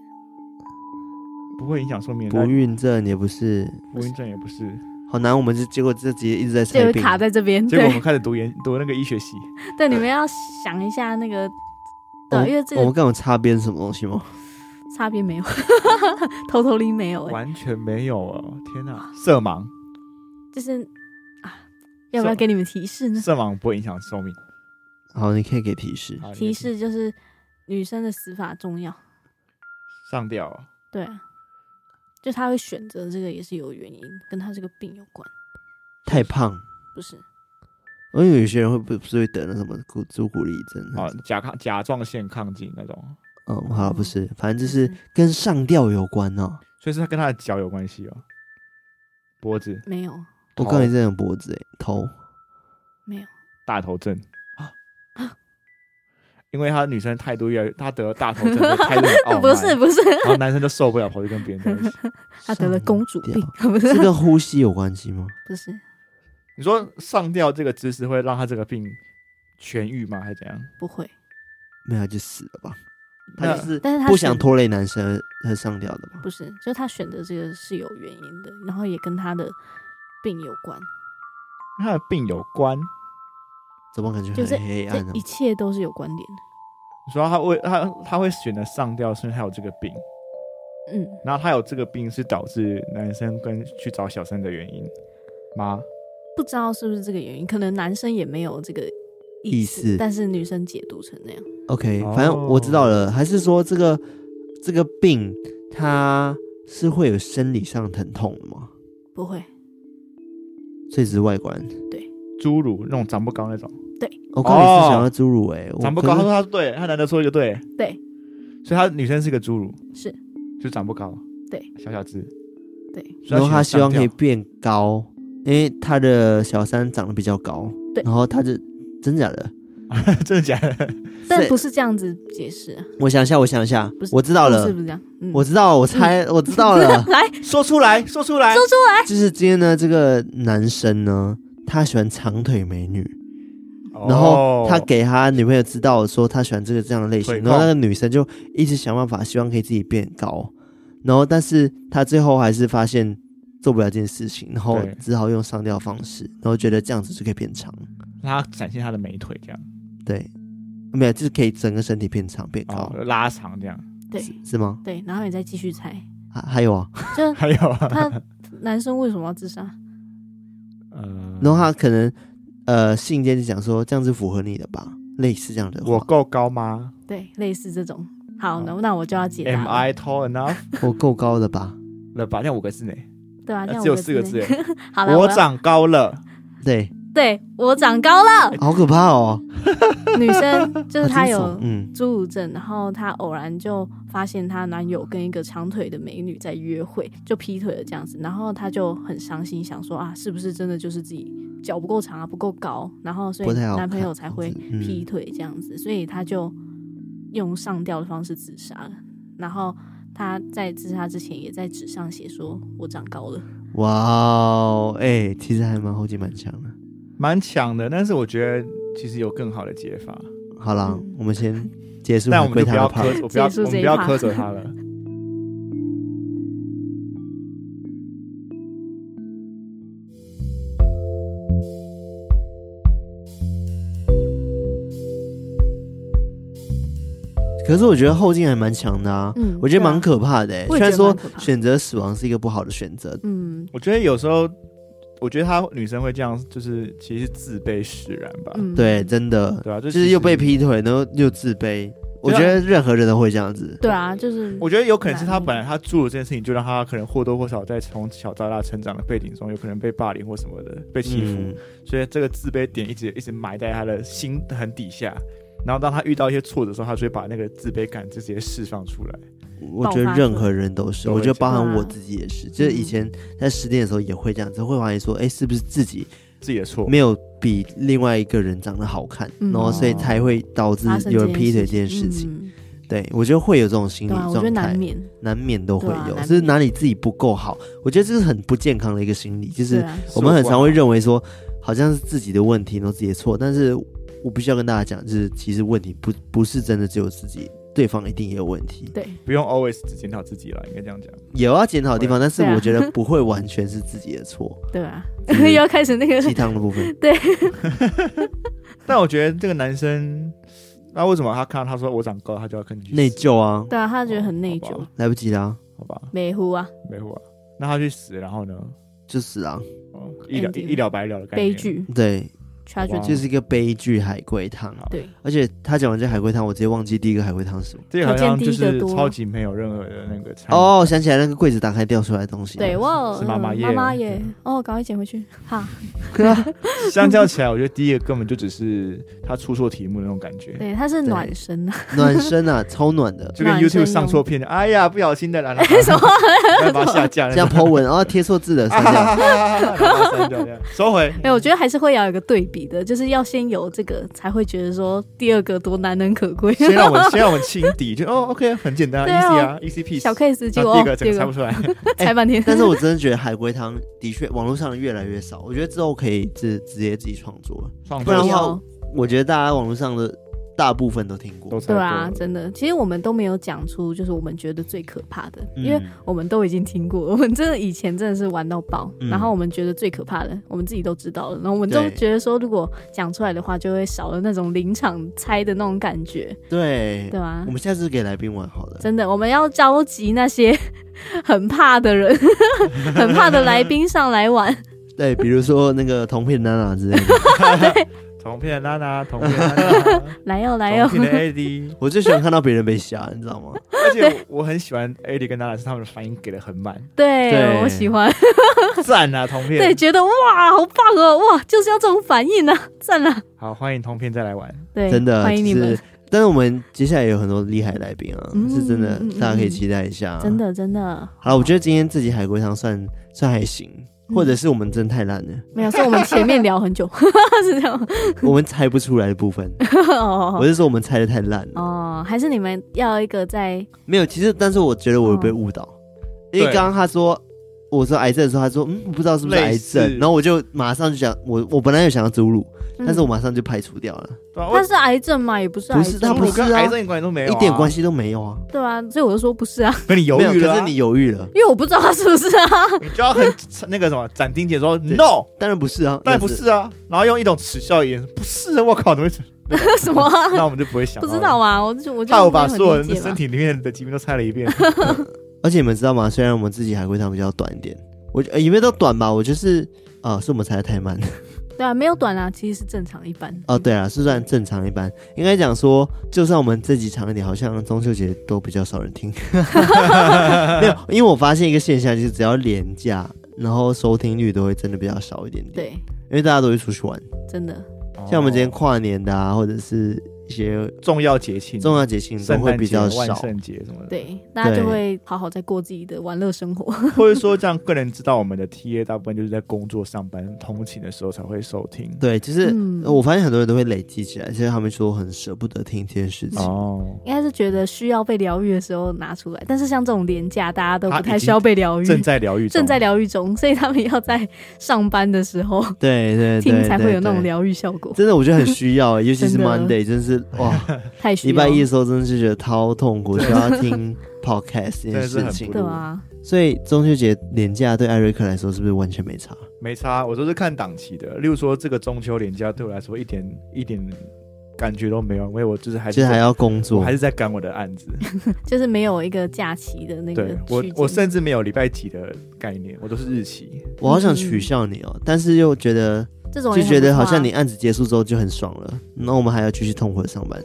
Speaker 3: 不会影响寿命，
Speaker 1: 不孕症也不是，
Speaker 3: 那不孕症也不是。
Speaker 1: 好难。我们就结果这直接一直在
Speaker 4: 就
Speaker 1: 猜
Speaker 4: 会
Speaker 1: 病，
Speaker 4: 卡在这边。
Speaker 3: 结果我
Speaker 4: 对
Speaker 3: 们开始读研读那个医学系，
Speaker 4: 对，你们要想一下那个，
Speaker 1: 我
Speaker 4: 对，
Speaker 1: 们
Speaker 4: 因为这
Speaker 1: 我
Speaker 4: 个
Speaker 1: 们刚有擦边什么东西吗？
Speaker 4: 差别没有， [LAUGHS] 偷偷里没有、欸，
Speaker 3: 完全没有哦！天哪，
Speaker 4: 啊
Speaker 3: 色盲，
Speaker 4: 就是啊，要不要给你们提示呢？
Speaker 3: 色盲不会影响啊寿命。
Speaker 1: 啊好，你可以给提示。
Speaker 3: 好
Speaker 4: 提示就是女生的死法重要，
Speaker 3: 上吊哦，
Speaker 4: 对啊，就她会选择这个也是有原因，跟她这个病有关，
Speaker 1: 太胖，哦
Speaker 4: 不是？
Speaker 1: 因为有些人会不不是会得那什么骨猪骨粒症
Speaker 3: 啊，甲亢甲状腺亢进那种，
Speaker 1: 嗯，好，不是，反正就是
Speaker 4: 嗯
Speaker 1: 跟上吊有关哦。
Speaker 3: 所以是跟他的脚有关系哦，脖子
Speaker 4: 没有，
Speaker 1: 我
Speaker 3: 头
Speaker 1: 刚才在讲脖子、欸，头，
Speaker 4: 没有，
Speaker 3: 大头症啊，因为他女生态度越来越，他得了大头症，就态度很傲
Speaker 4: [LAUGHS]
Speaker 3: 慢
Speaker 4: 不是，不是，
Speaker 3: 然后男生就受不了，跑去跟别人在一起。
Speaker 4: 她得了公主病，不
Speaker 1: 这
Speaker 4: 是，
Speaker 1: 跟呼吸有关系吗？
Speaker 4: 不是，
Speaker 3: 你说上吊这个姿势会让他这个病痊愈吗？还是怎样？
Speaker 4: 不会，
Speaker 1: 没有，就死了吧。他
Speaker 3: 那
Speaker 1: 就是
Speaker 4: 但是她
Speaker 1: 不
Speaker 4: 选
Speaker 1: 想拖累男生而而上吊的吧？
Speaker 4: 不是，就是她选择这个是有原因的，然后也跟她的病有关，
Speaker 3: 跟他的病有关。
Speaker 1: 怎么感觉
Speaker 4: 就是
Speaker 1: 很黑暗啊
Speaker 4: 这
Speaker 1: 呢、
Speaker 4: 一切都是有关联的，
Speaker 3: 你说他为他他会选择上吊，是因为他有这个病，
Speaker 4: 嗯，
Speaker 3: 然后他有这个病是导致男生跟去找小三的原因吗？
Speaker 4: 不知道是不是这个原因，可能男生也没有这个
Speaker 1: 意思
Speaker 4: 但是女生解读成那样。
Speaker 1: OK，
Speaker 3: 哦
Speaker 1: 反正我知道了。还是说这个这个病，它是会有生理上疼痛的吗？
Speaker 4: 不会，
Speaker 1: 所以只是外观。
Speaker 3: 侏儒那种长不高那种，
Speaker 1: 我刚才是想要侏儒哎、我
Speaker 3: 哦长不高。
Speaker 1: 可
Speaker 3: 他
Speaker 1: 是
Speaker 3: 说他对，他难得说一个对，
Speaker 4: 对，
Speaker 3: 所以他女生是个侏儒，
Speaker 4: 是
Speaker 3: 就长不高，
Speaker 4: 对，
Speaker 3: 小小只，
Speaker 4: 对，
Speaker 1: 然后他希
Speaker 3: 选
Speaker 1: 望
Speaker 3: 择上
Speaker 1: 可以
Speaker 3: 吊
Speaker 1: 变高，因为他的小三长得比较高。
Speaker 4: 对
Speaker 1: 然后他就真假的，
Speaker 3: [LAUGHS] 真的假的？
Speaker 4: 但
Speaker 1: 是
Speaker 4: 不是这样子解释、啊，
Speaker 1: 我想一下，我想一下
Speaker 4: 不，是
Speaker 1: 我知道了
Speaker 4: 是，不嗯是这样？嗯，。
Speaker 1: 我知道，我猜，我知道了
Speaker 4: [LAUGHS] 来，
Speaker 3: 说出来，说出
Speaker 4: 哎
Speaker 3: 来，
Speaker 1: 就是今天呢，这个男生呢，他喜欢长腿美女，
Speaker 3: 哦
Speaker 1: 然后他给他女朋友知道说他喜欢这个这样的类型
Speaker 3: 会，
Speaker 1: 然后
Speaker 3: 控
Speaker 1: 那个女生就一直想办法，希望可以自己变高，然后但是他最后还是发现做不了这件事情，然后
Speaker 3: 对
Speaker 1: 只好用上吊方式，然后觉得这样子就可以变长，
Speaker 3: 让他展现他的美腿这样，
Speaker 1: 对，没有就是可以整个身体变长变高
Speaker 3: 哦，，拉长这样，
Speaker 4: 对
Speaker 1: 是吗？
Speaker 4: 对，然后你再继续猜，
Speaker 1: 还还有啊，
Speaker 4: [LAUGHS] 就
Speaker 3: 还有
Speaker 1: [LAUGHS]
Speaker 3: 啊，
Speaker 4: 他男生为什么要自杀？嗯
Speaker 3: 呃，
Speaker 1: 然后他可能呃信件就讲说这样子符合你的吧，类似这样的话
Speaker 3: 我够高吗
Speaker 4: 对，类似这种。好，
Speaker 3: 好
Speaker 4: 那那我就要解答
Speaker 3: ？Am
Speaker 4: 了
Speaker 3: I tall enough？
Speaker 1: 我够高了吧？
Speaker 3: 了吧？呃像五个字呢，
Speaker 4: 对啊，这
Speaker 3: 呃
Speaker 4: 样
Speaker 3: 只有
Speaker 4: 我
Speaker 3: 四个
Speaker 4: 内
Speaker 3: 字耶。
Speaker 4: [LAUGHS] 好了，
Speaker 3: 我
Speaker 4: 要
Speaker 3: 长高了，
Speaker 1: 对，
Speaker 4: 对我
Speaker 1: [LAUGHS]
Speaker 4: 长高了。
Speaker 1: 好可怕哦，
Speaker 4: 女生就
Speaker 1: 好
Speaker 4: 是她
Speaker 1: 惊悚
Speaker 4: 有
Speaker 1: 嗯
Speaker 4: 侏儒症，然后她偶然就发现她男友跟一个长腿的美女在约会，就劈腿了这样子，然后她就很伤心，想说啊，是不是真的就是自己脚不够长啊，不够高，然后所以
Speaker 1: 不太好看
Speaker 4: 男朋友才会
Speaker 1: 嗯
Speaker 4: 劈腿这样子，所以她就用上吊的方式自杀了。然后她在自杀之前也在纸上写说：“我长高了。
Speaker 1: 哇哦，哎、其实还蛮后劲蛮强的。
Speaker 3: 蛮强的，但是我觉得其实有更好的解法，
Speaker 1: 好啦，
Speaker 4: 嗯
Speaker 1: 我们先结束
Speaker 3: 但我
Speaker 1: 回归
Speaker 3: 们就不
Speaker 1: 他
Speaker 3: 要
Speaker 1: 的
Speaker 3: 苛
Speaker 1: part。，
Speaker 3: 我不要，
Speaker 4: 结束
Speaker 3: 我
Speaker 4: 这
Speaker 3: 们
Speaker 4: 一
Speaker 3: 不要
Speaker 4: 趴
Speaker 3: 苛责他了。
Speaker 1: 可是我觉得后劲还蛮强的啊”，
Speaker 4: 嗯，
Speaker 1: 我觉得蛮
Speaker 4: 对啊
Speaker 1: 可怕的、欸。
Speaker 4: 我
Speaker 1: 虽
Speaker 4: 也
Speaker 1: 然
Speaker 4: 觉得蛮
Speaker 1: 说
Speaker 4: 可怕
Speaker 1: 选择死亡是一个不好的选择，
Speaker 4: 嗯
Speaker 3: 我觉得有时候，我觉得她女生会这样，就是其实是自卑使然吧，
Speaker 4: 嗯，
Speaker 1: 对，真的
Speaker 3: 对啊，就
Speaker 1: 就是又被。劈腿，然后又自卑。我
Speaker 3: 啊
Speaker 1: 觉得任何人都会这样子。嗯
Speaker 4: 对啊，就是
Speaker 3: 我觉得有可能是她本来她做了这件事情，就让她可能或多或少在从小到大成长的背景中，有可能被霸凌或什么的，被欺负，
Speaker 1: 嗯，
Speaker 3: 所以这个自卑点一直一直埋在她的心很底下。然后当她遇到一些挫折的时候，她就会把那个自卑感就直接释放出来。
Speaker 1: 我觉得任何人都是，
Speaker 3: 爆发
Speaker 1: 我觉得包含
Speaker 4: 对啊
Speaker 1: 我自己也是。就是
Speaker 4: 嗯
Speaker 1: 以前在失恋的时候也会这样子，会怀疑说，哎、是不是自己
Speaker 3: 自己的错，
Speaker 1: 没有比另外一个人长得好看，
Speaker 4: 嗯
Speaker 1: 然后所以才会导致
Speaker 4: 发生
Speaker 1: 有
Speaker 4: 这
Speaker 1: 人
Speaker 4: 件
Speaker 1: 劈腿这件
Speaker 4: 件
Speaker 1: 事情。
Speaker 4: 嗯
Speaker 1: 对，我觉得会有这种心理
Speaker 4: 对啊，我觉得
Speaker 1: 状态
Speaker 4: 难，免，
Speaker 1: 难免都会
Speaker 4: 对啊
Speaker 1: 有，
Speaker 4: 难
Speaker 1: 是
Speaker 4: 免
Speaker 1: 哪里自己不够好。我觉得这是很不健康的一个心理，就
Speaker 4: 对
Speaker 1: 是
Speaker 4: 啊，
Speaker 1: 我们很常会认为说，好像是自己的问题，然后自己的错。但是我必须要跟大家讲，就是其实问题不不是真的只有自己，对方一定也有问题，
Speaker 4: 对，
Speaker 3: 不用 always 只检讨自己了，应该这样讲。
Speaker 1: 也有要检讨的地方。但是
Speaker 4: 对啊
Speaker 1: 我觉得不会完全是自己的
Speaker 4: [LAUGHS]
Speaker 1: 错，
Speaker 4: 对啊，
Speaker 1: 嗯
Speaker 4: 又要开始那个
Speaker 1: 鸡汤的部
Speaker 4: [LAUGHS]
Speaker 1: 分。
Speaker 3: 但我觉得这个男生，那为什么他看到他说我长高，他就要跟你去死
Speaker 1: 内疚啊，
Speaker 4: 对啊，他觉得很内
Speaker 3: 好
Speaker 4: 疚
Speaker 3: 吧，
Speaker 1: 来不及啦、
Speaker 3: 好吧，
Speaker 4: 美乎啊，
Speaker 3: 没火、啊。那他去死，然后呢？
Speaker 1: 就死啊，
Speaker 3: 哦，一了
Speaker 4: Ending
Speaker 3: 一了百了的概念。
Speaker 4: 悲。剧
Speaker 1: 对，
Speaker 3: 哇
Speaker 4: tragedy，
Speaker 1: 就是一个悲剧海龟汤。啊
Speaker 3: 好
Speaker 4: 对，
Speaker 1: 而且他讲完这海龟汤，我直接忘记第一个海龟汤是什么。
Speaker 3: 这个好像就
Speaker 4: 可见第
Speaker 3: 是
Speaker 4: 一个多
Speaker 3: 超级没有任何的那个参与，
Speaker 1: 哦，想起来那个柜子打开掉出来的东西。
Speaker 4: 对，哇，
Speaker 3: 是妈妈
Speaker 4: 嗯
Speaker 3: 耶
Speaker 4: 妈妈耶，哦，赶快捡回去， [LAUGHS] 哈，
Speaker 3: 相较起来，我觉得第一个根本就只是他出错题目的那种感觉，
Speaker 4: 对，他是
Speaker 1: 对
Speaker 4: 暖身啊，
Speaker 1: 暖身
Speaker 4: [LAUGHS]
Speaker 1: 啊，超暖的。
Speaker 3: 就跟
Speaker 4: 暖身
Speaker 3: YouTube
Speaker 4: 用
Speaker 3: 上错片的，哎呀，不小心的
Speaker 4: [LAUGHS]
Speaker 3: 啦，然后
Speaker 4: 什么？
Speaker 3: 然后 [LAUGHS] 把它下架， [LAUGHS]
Speaker 1: 这样 Po 文，然后贴错
Speaker 4: [LAUGHS]
Speaker 1: 字的删掉。
Speaker 3: 然后把它删掉这样收回。
Speaker 4: 没有，我觉得还是会要有一个对比的，就是要先有这个，才会觉得说第二个多难能可贵。
Speaker 3: 先让我们先让我们轻敌，就哦，OK，很简单
Speaker 4: 对啊
Speaker 3: ，easy 啊，easy
Speaker 4: [LAUGHS]
Speaker 3: piece。
Speaker 4: 小 case 结
Speaker 3: 然
Speaker 4: 果
Speaker 3: 后第一个
Speaker 4: 哦，
Speaker 3: 整
Speaker 4: 第
Speaker 3: 个
Speaker 4: 二
Speaker 3: 猜不
Speaker 4: 个
Speaker 3: 出来，
Speaker 4: [LAUGHS] 猜半天，
Speaker 1: 哎但是我真的觉得海龟汤的确网络上越来越少，我觉得之后可以自直接自己创作了。
Speaker 3: 创
Speaker 1: 不然的
Speaker 3: 作
Speaker 1: 话
Speaker 4: 有，
Speaker 1: 我觉得大家网络上的大部分都听
Speaker 3: 都
Speaker 1: 过。
Speaker 3: 猜
Speaker 4: 对
Speaker 3: 过
Speaker 4: 啊
Speaker 3: 了，
Speaker 4: 真的，其实我们都没有讲出，就是我们觉得最可怕的，
Speaker 1: 嗯
Speaker 4: 因为我们都已经听过，我们真的以前真的是玩到爆，
Speaker 1: 嗯
Speaker 4: 然后我们觉得最可怕的，我们自己都知道了，然后我们都
Speaker 1: 对
Speaker 4: 觉得说，如果讲出来的话，就会少了那种临场猜的那种感觉，
Speaker 1: 对
Speaker 4: 对，吧
Speaker 1: 我？们下次给来宾玩好了。
Speaker 4: 真的，我们要召集那些 [LAUGHS] 很怕的人、 [LAUGHS] 很怕的来宾上
Speaker 1: [LAUGHS]
Speaker 4: 来玩，
Speaker 1: 对，比如说那个铜片娜娜之类
Speaker 4: [LAUGHS]
Speaker 1: 的，
Speaker 3: 同片的娜娜，同片的娜娜。
Speaker 4: 来哟、来哦哟、
Speaker 3: 同频的 AD，
Speaker 1: 我最喜欢看到别人被吓，你知道吗？
Speaker 3: 而且我很喜欢 AD 跟娜娜，是他们的反应给的
Speaker 4: [LAUGHS]
Speaker 3: 很满，
Speaker 4: [LAUGHS] 对
Speaker 1: 对
Speaker 4: 我喜欢，
Speaker 3: 赞啊，同
Speaker 4: 对，
Speaker 3: 片。
Speaker 4: 觉得哇，好棒哦，哇，就是要这种反应啊，赞啦、
Speaker 3: 好，欢迎同片再来玩。
Speaker 4: 对，
Speaker 1: 真的，
Speaker 4: 欢迎你
Speaker 1: 就
Speaker 4: 们
Speaker 1: 是，。但是我们接下来有很多厉害的来宾啊，
Speaker 4: 嗯
Speaker 1: 是真的
Speaker 4: 嗯嗯，
Speaker 1: 大家可以期待一下。啊
Speaker 4: 真。的真的
Speaker 1: 好了，我觉得今天这集海龟汤算算还行，
Speaker 4: 嗯
Speaker 1: 或者是我们真太烂
Speaker 4: [LAUGHS]
Speaker 1: 了，
Speaker 4: 没有，是我们前面聊很久， [LAUGHS] 是这样吗。
Speaker 1: 我们猜不出来的部分。
Speaker 4: 哦
Speaker 1: 我是说我们猜的太烂了，
Speaker 4: 哦，还是你们要一个在哦
Speaker 1: 没有。其实，但是我觉得我有被误导，因为
Speaker 3: 对
Speaker 1: 刚刚他说我说癌症的时候，他说嗯，不知道是不是癌
Speaker 3: 类似
Speaker 1: 症，然后我就马上就想，我我本来有想要植入，
Speaker 4: 嗯
Speaker 1: 但是我马上就排除掉了，
Speaker 3: 对啊，
Speaker 4: 他
Speaker 3: 我
Speaker 4: 是癌症嘛，也不是癌
Speaker 1: 不
Speaker 4: 症，
Speaker 1: 是他不是
Speaker 3: 跟
Speaker 1: 啊
Speaker 3: 癌症一关系都没有啊，
Speaker 1: 一点关系都没有啊，
Speaker 4: 对啊，所以我就说不是啊，
Speaker 3: 跟你犹
Speaker 1: 没有，
Speaker 3: 豫了
Speaker 1: 可
Speaker 3: 啊，
Speaker 1: 是你犹豫了，
Speaker 4: 因为我不知道他是不是啊， [LAUGHS]
Speaker 3: 你就要很那个什么斩钉截铁说 no，
Speaker 1: 当然不是啊，
Speaker 3: 但
Speaker 1: 那
Speaker 3: 不是啊，然后用一种耻笑的眼神，不是啊，我靠，怎么会？
Speaker 4: 什么啊、
Speaker 3: 那我们就不会想，
Speaker 4: 不知道。啊，我就我就
Speaker 3: 害我把所有
Speaker 4: 没
Speaker 3: 人的
Speaker 4: 理解
Speaker 3: 身
Speaker 4: 吧
Speaker 3: 体里面的疾病都猜了
Speaker 1: [LAUGHS]
Speaker 3: 一遍，
Speaker 1: 而且你们知道吗？虽然我们自己海龟汤比较短一点，我呃也没有到短吧，我就是啊、是我们猜的太慢 [LAUGHS]
Speaker 4: 对啊，没有短啊，其实是正常一般。
Speaker 1: 哦。对啊，是算正常一般，应该讲说，就算我们这集长一点，好像中秋节都比较少人听。 [LAUGHS] 没有，因为我发现一个现象，就是只要廉价，然后收听率都会真的比较少一点点，
Speaker 4: 对，
Speaker 1: 因为大家都会出去玩，
Speaker 4: 真的，
Speaker 1: 像我们今天跨年的啊，或者是一些
Speaker 3: 哦重要节庆，
Speaker 1: 重要节庆都
Speaker 3: 圣
Speaker 1: 会
Speaker 3: 诞
Speaker 1: 比
Speaker 3: 节、
Speaker 1: 较
Speaker 3: 万
Speaker 1: 少。
Speaker 3: 圣节什么的，
Speaker 4: 对，大家
Speaker 1: 对
Speaker 4: 就会好好在过自己的玩乐生活。 [LAUGHS]
Speaker 3: 或者说这样个人知道我们的 TA 大部分就是在工作、上班、通勤的时候才会收听。
Speaker 1: 对，就是、呃
Speaker 4: 嗯
Speaker 1: 我发现很多人都会累积起来，其实他们说很舍不得听这件事情。
Speaker 3: 哦，
Speaker 4: 应该是觉得需要被疗愈的时候拿出来，但是像这种廉价，大家都
Speaker 3: 他
Speaker 4: 不
Speaker 3: 已
Speaker 4: 太
Speaker 3: 经
Speaker 4: 需要被疗愈，
Speaker 3: 哦
Speaker 4: [LAUGHS]
Speaker 3: 正在疗愈中，
Speaker 4: 正在疗愈中，所以他们要在上班的时候
Speaker 1: 对对对
Speaker 4: 听
Speaker 1: 对，
Speaker 4: 才会有那
Speaker 1: 对
Speaker 4: 种疗愈效果，
Speaker 1: 真的，我觉得很需
Speaker 4: [LAUGHS]
Speaker 1: 要、欸，尤其是
Speaker 4: 真的
Speaker 1: Monday，真是哇，
Speaker 3: [LAUGHS]
Speaker 4: 太需
Speaker 1: 礼
Speaker 4: 要
Speaker 1: 拜一的
Speaker 4: 了。
Speaker 1: 时候真的是觉得超痛苦，需要听 podcast
Speaker 3: [LAUGHS]
Speaker 1: 这
Speaker 3: 真
Speaker 1: 件
Speaker 3: 的是
Speaker 1: 事
Speaker 3: 很不
Speaker 1: 情
Speaker 3: 容。
Speaker 4: 对啊，
Speaker 1: 所以中秋节年假对艾瑞克来说是不是完全没差？
Speaker 3: 没差，啊我都是看档期的。例如说，这个中秋连假对我来说一点一点感觉都没有，因为我就是还
Speaker 1: 其
Speaker 3: 是
Speaker 1: 实还要工
Speaker 3: 我
Speaker 1: 作
Speaker 3: 还，是在赶我的案子。
Speaker 4: 就是没有一个假期的那个
Speaker 3: 对我
Speaker 4: 区，间
Speaker 3: 我甚至没有礼拜几的概念，我都是日
Speaker 4: [LAUGHS]
Speaker 3: 期。
Speaker 1: 我好想取笑你哦、但是又觉得
Speaker 4: 这种
Speaker 1: 就
Speaker 4: 嗯也
Speaker 1: 觉
Speaker 4: 很
Speaker 1: 得
Speaker 4: 不
Speaker 1: 好
Speaker 4: 错啊
Speaker 1: 像你案子结束之后就很爽了，那我们还要继续痛苦的上班。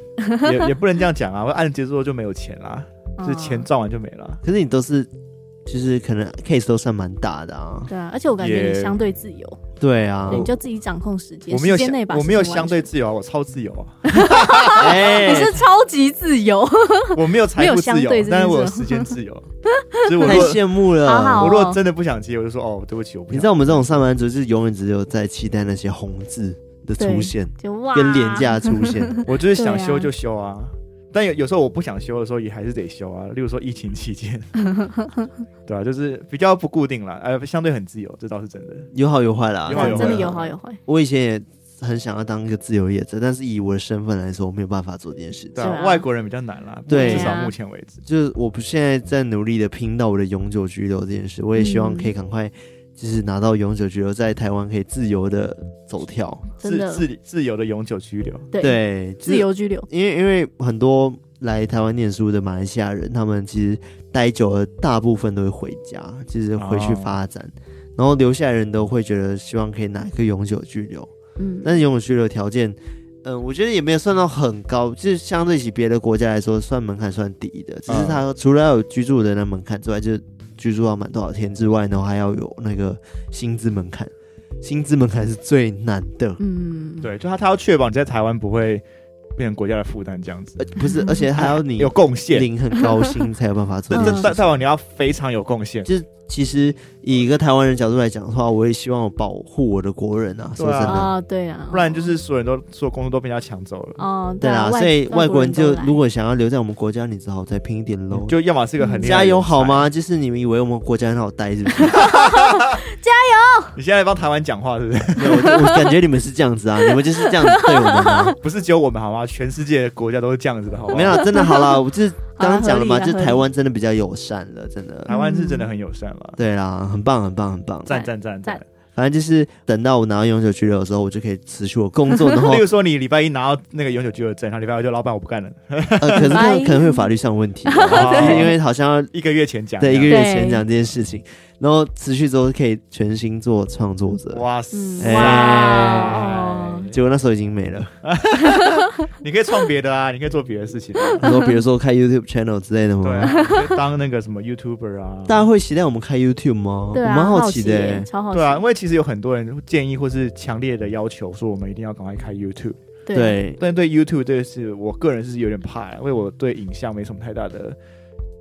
Speaker 3: 也也不能这样讲啊，我按节奏就没有钱啦，就是钱
Speaker 4: 嗯
Speaker 3: 赚完就没了。
Speaker 1: 可是你都是就是可能 case 都算蛮大的啊，
Speaker 4: 对啊，而且我感觉
Speaker 3: 也
Speaker 4: 你相对自由，
Speaker 1: 对啊
Speaker 4: 对，你就自己掌控时间，
Speaker 3: 我没有
Speaker 4: 时间
Speaker 3: 相
Speaker 4: 内把
Speaker 3: 我没有
Speaker 4: 事情完
Speaker 3: 相对自由啊，我超自由啊，
Speaker 1: 哎
Speaker 4: 成，你是超级自由，
Speaker 3: 我
Speaker 4: [LAUGHS]
Speaker 3: 没有财
Speaker 4: 没有
Speaker 3: 富
Speaker 4: 相
Speaker 3: 自由
Speaker 4: 对这，
Speaker 3: 但是
Speaker 4: 件
Speaker 3: 我有
Speaker 4: 事
Speaker 3: 时间
Speaker 4: [LAUGHS]
Speaker 3: 自由。所以我
Speaker 1: 太
Speaker 3: 若
Speaker 1: 羡慕了。
Speaker 4: 好好
Speaker 3: 我若真的不想接，我就说哦，对不起，我不
Speaker 1: 你
Speaker 3: 想
Speaker 1: 知道我们这种上班族是永远只有在期待那些红字的出现，
Speaker 4: 就哇，
Speaker 1: 跟廉价出现。
Speaker 3: 我就是想
Speaker 4: 对啊
Speaker 3: 休就休啊。但有有时候我不想休的时候，也还是得休啊。例如说疫情
Speaker 4: [LAUGHS]
Speaker 3: 期间，对啊，就是比较不固定啦，呃，相对很自由，这倒是真的。
Speaker 1: [LAUGHS] 有好有坏啦，
Speaker 3: 有
Speaker 4: 哇
Speaker 3: 好有坏
Speaker 4: 真的
Speaker 3: 啊
Speaker 4: 有好有坏，
Speaker 1: 我以前也很想要当一个自由业者，但是以我的身份来说，我没有办法做这件事
Speaker 3: 对
Speaker 1: 情。
Speaker 3: 啊，
Speaker 4: 是啊
Speaker 3: 外国人比较难啦，
Speaker 1: 对
Speaker 3: 至少
Speaker 4: 啊
Speaker 3: 目前为止。
Speaker 1: 就是我不现在在努力的拼到我的永久居留这件事，我也希望可以赶快就是拿到永久居留，在台湾可以自由的走跳。
Speaker 4: 真
Speaker 3: 自
Speaker 4: 的
Speaker 3: 自自由的永久居留，
Speaker 4: 对
Speaker 1: 对，就是
Speaker 4: 自由居留，
Speaker 1: 因为因为很多来台湾念书的马来西亚人，他们其实待久了，大部分都会回家，就是回去发展。然后留下来的人都会觉得希望可以拿一个永久居留，
Speaker 4: 嗯，
Speaker 1: 但是永久居留条件，嗯，我觉得也没有算到很高，就是相对起别的国家来说，算门槛算低的。只是它除了要有居住的那门槛之外，就是居住要满多少天之外，然后还要有那个薪资门槛，薪资门槛是最难的。
Speaker 4: 嗯，
Speaker 3: 对，就他他要确保你在台湾不会变成国家的负担这样子
Speaker 1: 呃，，不是，而且还要你
Speaker 3: 有贡献，
Speaker 1: 领很高薪才有办法做这
Speaker 3: 这
Speaker 1: 件
Speaker 3: 这
Speaker 1: 事
Speaker 3: 代
Speaker 1: 情。
Speaker 3: 代表你要非常有贡献。
Speaker 1: 就是其实以一个台湾人角度来讲的话，我也希望我保护我的国人啊，
Speaker 3: 对
Speaker 1: 说
Speaker 3: 啊
Speaker 1: 真的。
Speaker 4: 啊，对啊，
Speaker 3: 不然就是所有人都所有工作都被人家抢走了，
Speaker 4: 哦，
Speaker 1: 对
Speaker 4: 啊
Speaker 1: 啊，，所以外国人就如
Speaker 4: 果
Speaker 1: 果想要留在我们国家，你只好再拼一点喽。
Speaker 3: 就要么是一个
Speaker 4: 嗯
Speaker 3: 很厉害的
Speaker 1: 加油
Speaker 3: 人才
Speaker 1: 好？吗？就是你们以为我们国家很好待是不是？
Speaker 3: 你现在帮台湾讲话是不是？
Speaker 1: [LAUGHS] 没有我就我感觉你们是这样子啊，你们就是这样子对我们
Speaker 3: [LAUGHS]
Speaker 1: 啊。
Speaker 3: 不是只有我们好吗？全世界的国家都是这样子的好吗？
Speaker 1: 没有，真的好啦，我就是刚刚讲了嘛，
Speaker 4: 好啦合
Speaker 1: 就
Speaker 4: 理啦
Speaker 1: 是台湾真的比较友善了，真
Speaker 3: 台
Speaker 1: 的。
Speaker 3: 湾是真的很友善了，
Speaker 1: 对啦，很棒，很棒，很棒。
Speaker 3: 赞赞赞赞。
Speaker 1: 反正就是等到我拿到永久居留的时候，我就可以辞去我工作，然后
Speaker 3: 例如说，你礼拜一拿到那个永久居留证，然后礼拜二就老板我不干了，
Speaker 1: 呃，可是可
Speaker 4: 拜
Speaker 1: 能可能会有法律上的问
Speaker 4: [LAUGHS]
Speaker 1: 题，
Speaker 3: 对
Speaker 1: 因为好像要
Speaker 3: 一个月前讲。
Speaker 1: 对，一个
Speaker 3: 月。
Speaker 1: 月前讲这件事情，然后持续之后可以全心做创作者。
Speaker 3: 哇塞！
Speaker 4: 嗯哇哦
Speaker 3: 哎
Speaker 1: 结果那时候已经没了，
Speaker 3: 你可以创别的啊，你可以做别的事情啊。
Speaker 1: 然后比如说开 YouTube channel 之类的
Speaker 3: 对
Speaker 1: 吗？
Speaker 3: 啊，你可以当那个什么 YouTuber 啊。
Speaker 1: 大家会期待我们开 YouTube 吗？
Speaker 4: 对
Speaker 1: 我
Speaker 4: 啊，
Speaker 1: 蛮好
Speaker 4: 奇
Speaker 1: 奇的
Speaker 4: 耶
Speaker 1: 欸。
Speaker 4: 超好奇
Speaker 3: 对啊，，因为其实有很多人建议或是强烈的要求说，我们一定要赶快开 YouTube。
Speaker 4: 对，
Speaker 3: 但对 YouTube 这个是我个人是有点怕，因为我对影像没什么太大的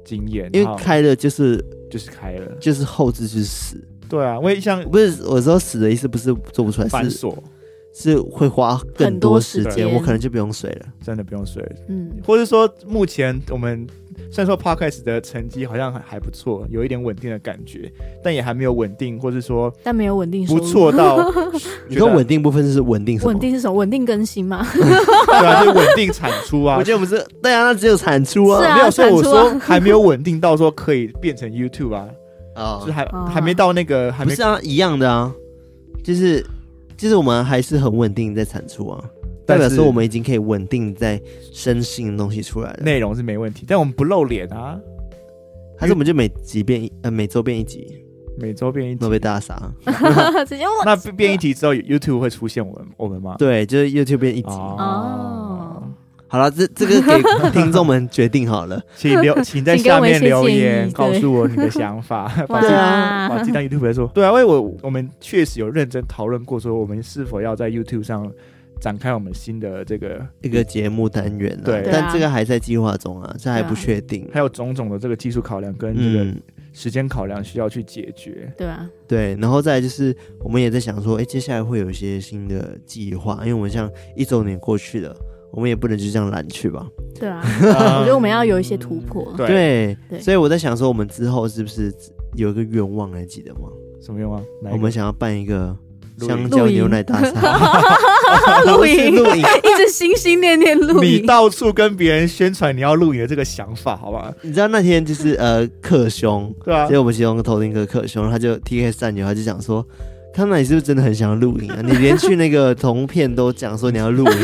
Speaker 3: 经验，
Speaker 1: 因
Speaker 3: 然
Speaker 1: 为
Speaker 3: 后
Speaker 1: 开了就是
Speaker 3: 就是开了。
Speaker 1: 就是后置就是死，
Speaker 3: 对啊，因为像
Speaker 1: 不是我说死的意思不是做不出来，
Speaker 3: 繁
Speaker 1: 是
Speaker 3: 琐，
Speaker 1: 是会花更
Speaker 4: 很多
Speaker 1: 时
Speaker 4: 时
Speaker 1: 间，
Speaker 4: 间
Speaker 1: 我可能就不用睡了。
Speaker 3: 真的不用睡了。
Speaker 4: 嗯，
Speaker 3: 或者说，目前我们虽然说 podcast 的成绩好像还还不错，有一点稳定的感觉，但也还没有稳定，或者说
Speaker 4: 但没有稳定收
Speaker 3: 不
Speaker 4: 入，
Speaker 3: 错到
Speaker 1: 你
Speaker 3: 觉
Speaker 1: 说
Speaker 3: 得
Speaker 1: 稳定部分是稳定什么？
Speaker 4: 稳定是什么？稳定更新嘛？
Speaker 3: 对啊，就稳定产出啊
Speaker 1: [LAUGHS] 我。觉得我们是对啊，那只有产出
Speaker 4: 是
Speaker 1: 啊。
Speaker 4: 啊
Speaker 3: 没有，所以我
Speaker 4: 产出啊
Speaker 3: 说还没有稳定到说可以变成 YouTube 啊，
Speaker 1: 啊
Speaker 3: 就是还
Speaker 4: 哦
Speaker 3: 还没到那个还
Speaker 1: 不
Speaker 3: 没
Speaker 1: 是啊，一样的啊，就是就是我们还是很稳定在产出啊，代
Speaker 3: 但
Speaker 1: 表
Speaker 3: 是
Speaker 1: 说我们已经可以稳定在生新的东西出来了。
Speaker 3: 内容是没问题，但我们不露脸啊，
Speaker 1: 还是我们就每集变一呃每周变一集，
Speaker 3: 每周变一集
Speaker 1: 都，被大杀。
Speaker 4: [LAUGHS]
Speaker 3: 嗯
Speaker 4: 直接我
Speaker 3: [LAUGHS] 那变一集之后 YouTube 会出现我们我们吗？
Speaker 1: 对，就是 YouTube 变一集。
Speaker 3: 哦
Speaker 4: 哦，
Speaker 1: 好了，这这个给听众们决定好了。 [LAUGHS]
Speaker 4: [LAUGHS]
Speaker 3: 请留，请在
Speaker 4: 请给我
Speaker 3: 下
Speaker 4: 们一
Speaker 3: 面
Speaker 4: 些
Speaker 3: 留
Speaker 4: 建议
Speaker 3: 言，
Speaker 4: 对
Speaker 3: 告诉我你的
Speaker 4: [LAUGHS]
Speaker 3: 想法。把
Speaker 1: 对
Speaker 3: 这
Speaker 1: 啊
Speaker 3: 把鸡蛋 YouTube 来说，对啊，因为我我们确实有认真讨论过，说我们是否要在 YouTube 上展开我们新的这个，
Speaker 1: 一个节目单元、啊，
Speaker 3: 对
Speaker 4: 对
Speaker 1: 但
Speaker 4: 啊
Speaker 1: 这个还在计划中啊，这还不
Speaker 4: 对啊
Speaker 1: 确定。
Speaker 3: 还有种种的这个技术考量跟这个
Speaker 1: 嗯，
Speaker 3: 时间考量需要去解决。
Speaker 4: 对啊，
Speaker 1: 对，然后再来就是我们也在想说，哎，接下来会有一些新的计划，因为我们像一周年过去了，我们也不能就这样懒去吧。
Speaker 4: 对啊，
Speaker 3: 我
Speaker 4: 我觉得我们要有一些突破。
Speaker 3: 对
Speaker 1: 对，
Speaker 4: 对
Speaker 1: 所以我在想说，我们之后是不是有一个愿望，还记得吗？
Speaker 3: 什么用啊？哪一
Speaker 1: 我
Speaker 3: 个
Speaker 1: 们想要办一个
Speaker 3: 露营
Speaker 1: 香蕉牛奶大赛，
Speaker 4: [LAUGHS] 露营，
Speaker 1: 露营。
Speaker 4: [LAUGHS] 一直心心念念露
Speaker 3: 你
Speaker 4: 营，
Speaker 3: 到处跟别人宣传你要露营的这个想法，好吧？
Speaker 1: 你知道那天就是呃，克兄，
Speaker 3: 对啊
Speaker 1: 所以，我们其中一个头听哥克兄，他就 T K 战友，他就讲说，康乃你是不是真的很想露
Speaker 4: [LAUGHS]
Speaker 1: 营啊？你连去那个同片都讲说你要露
Speaker 3: [LAUGHS]
Speaker 1: 营，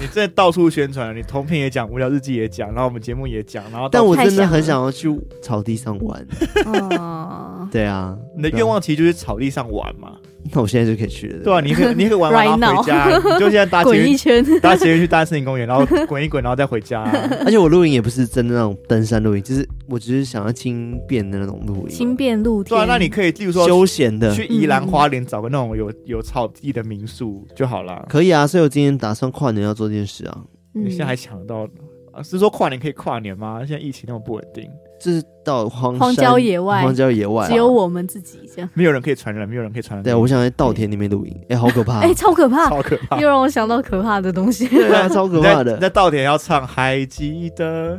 Speaker 3: 你真的到处宣传，你同片也讲，无聊日记也讲，然后我们节目也讲，然后
Speaker 1: 但
Speaker 3: 到
Speaker 1: 我真的很想要去草地上玩。
Speaker 4: 哦，
Speaker 1: 对啊，
Speaker 3: 你的愿望其实就是草地上玩嘛。
Speaker 1: 那我现在就可以去了。
Speaker 3: 对啊，你可以你可以玩
Speaker 4: Right
Speaker 3: 完然后回家，你就现在搭捷
Speaker 4: [LAUGHS] 滚
Speaker 3: 运
Speaker 4: 一圈，
Speaker 3: 搭捷运去大森林公园，然后滚一滚，然后再
Speaker 4: [LAUGHS]
Speaker 3: 回家、
Speaker 1: 而且我露营也不是真的那种登山露营，就是我只是想要轻便的那种露营，
Speaker 4: 轻便露
Speaker 3: 对啊
Speaker 4: 天。，
Speaker 3: 那你可以，例如说
Speaker 1: 休闲的
Speaker 3: 去宜兰花莲找个那种有有草地的民宿就好啦。
Speaker 1: 可以啊。所以我今天打算跨年要做这件事啊，
Speaker 4: 嗯
Speaker 3: 你现在还抢得到？啊是说跨年可以跨年吗？现在疫情那么不稳定，
Speaker 1: 就是到荒山
Speaker 4: 荒郊野外
Speaker 1: 荒郊野外啊、
Speaker 4: 只有我们自己这样，
Speaker 3: 没有人可以传染，没有人可以传染。
Speaker 1: 对啊，我想在稻田里面露营，哎、好可怕、
Speaker 4: 哎，超可怕，
Speaker 3: 超可怕。
Speaker 4: 又让我想到可怕的东西。 [LAUGHS]
Speaker 1: 对啊，超可怕
Speaker 3: 你在你在
Speaker 1: 的。
Speaker 3: 稻田要唱《还记得》，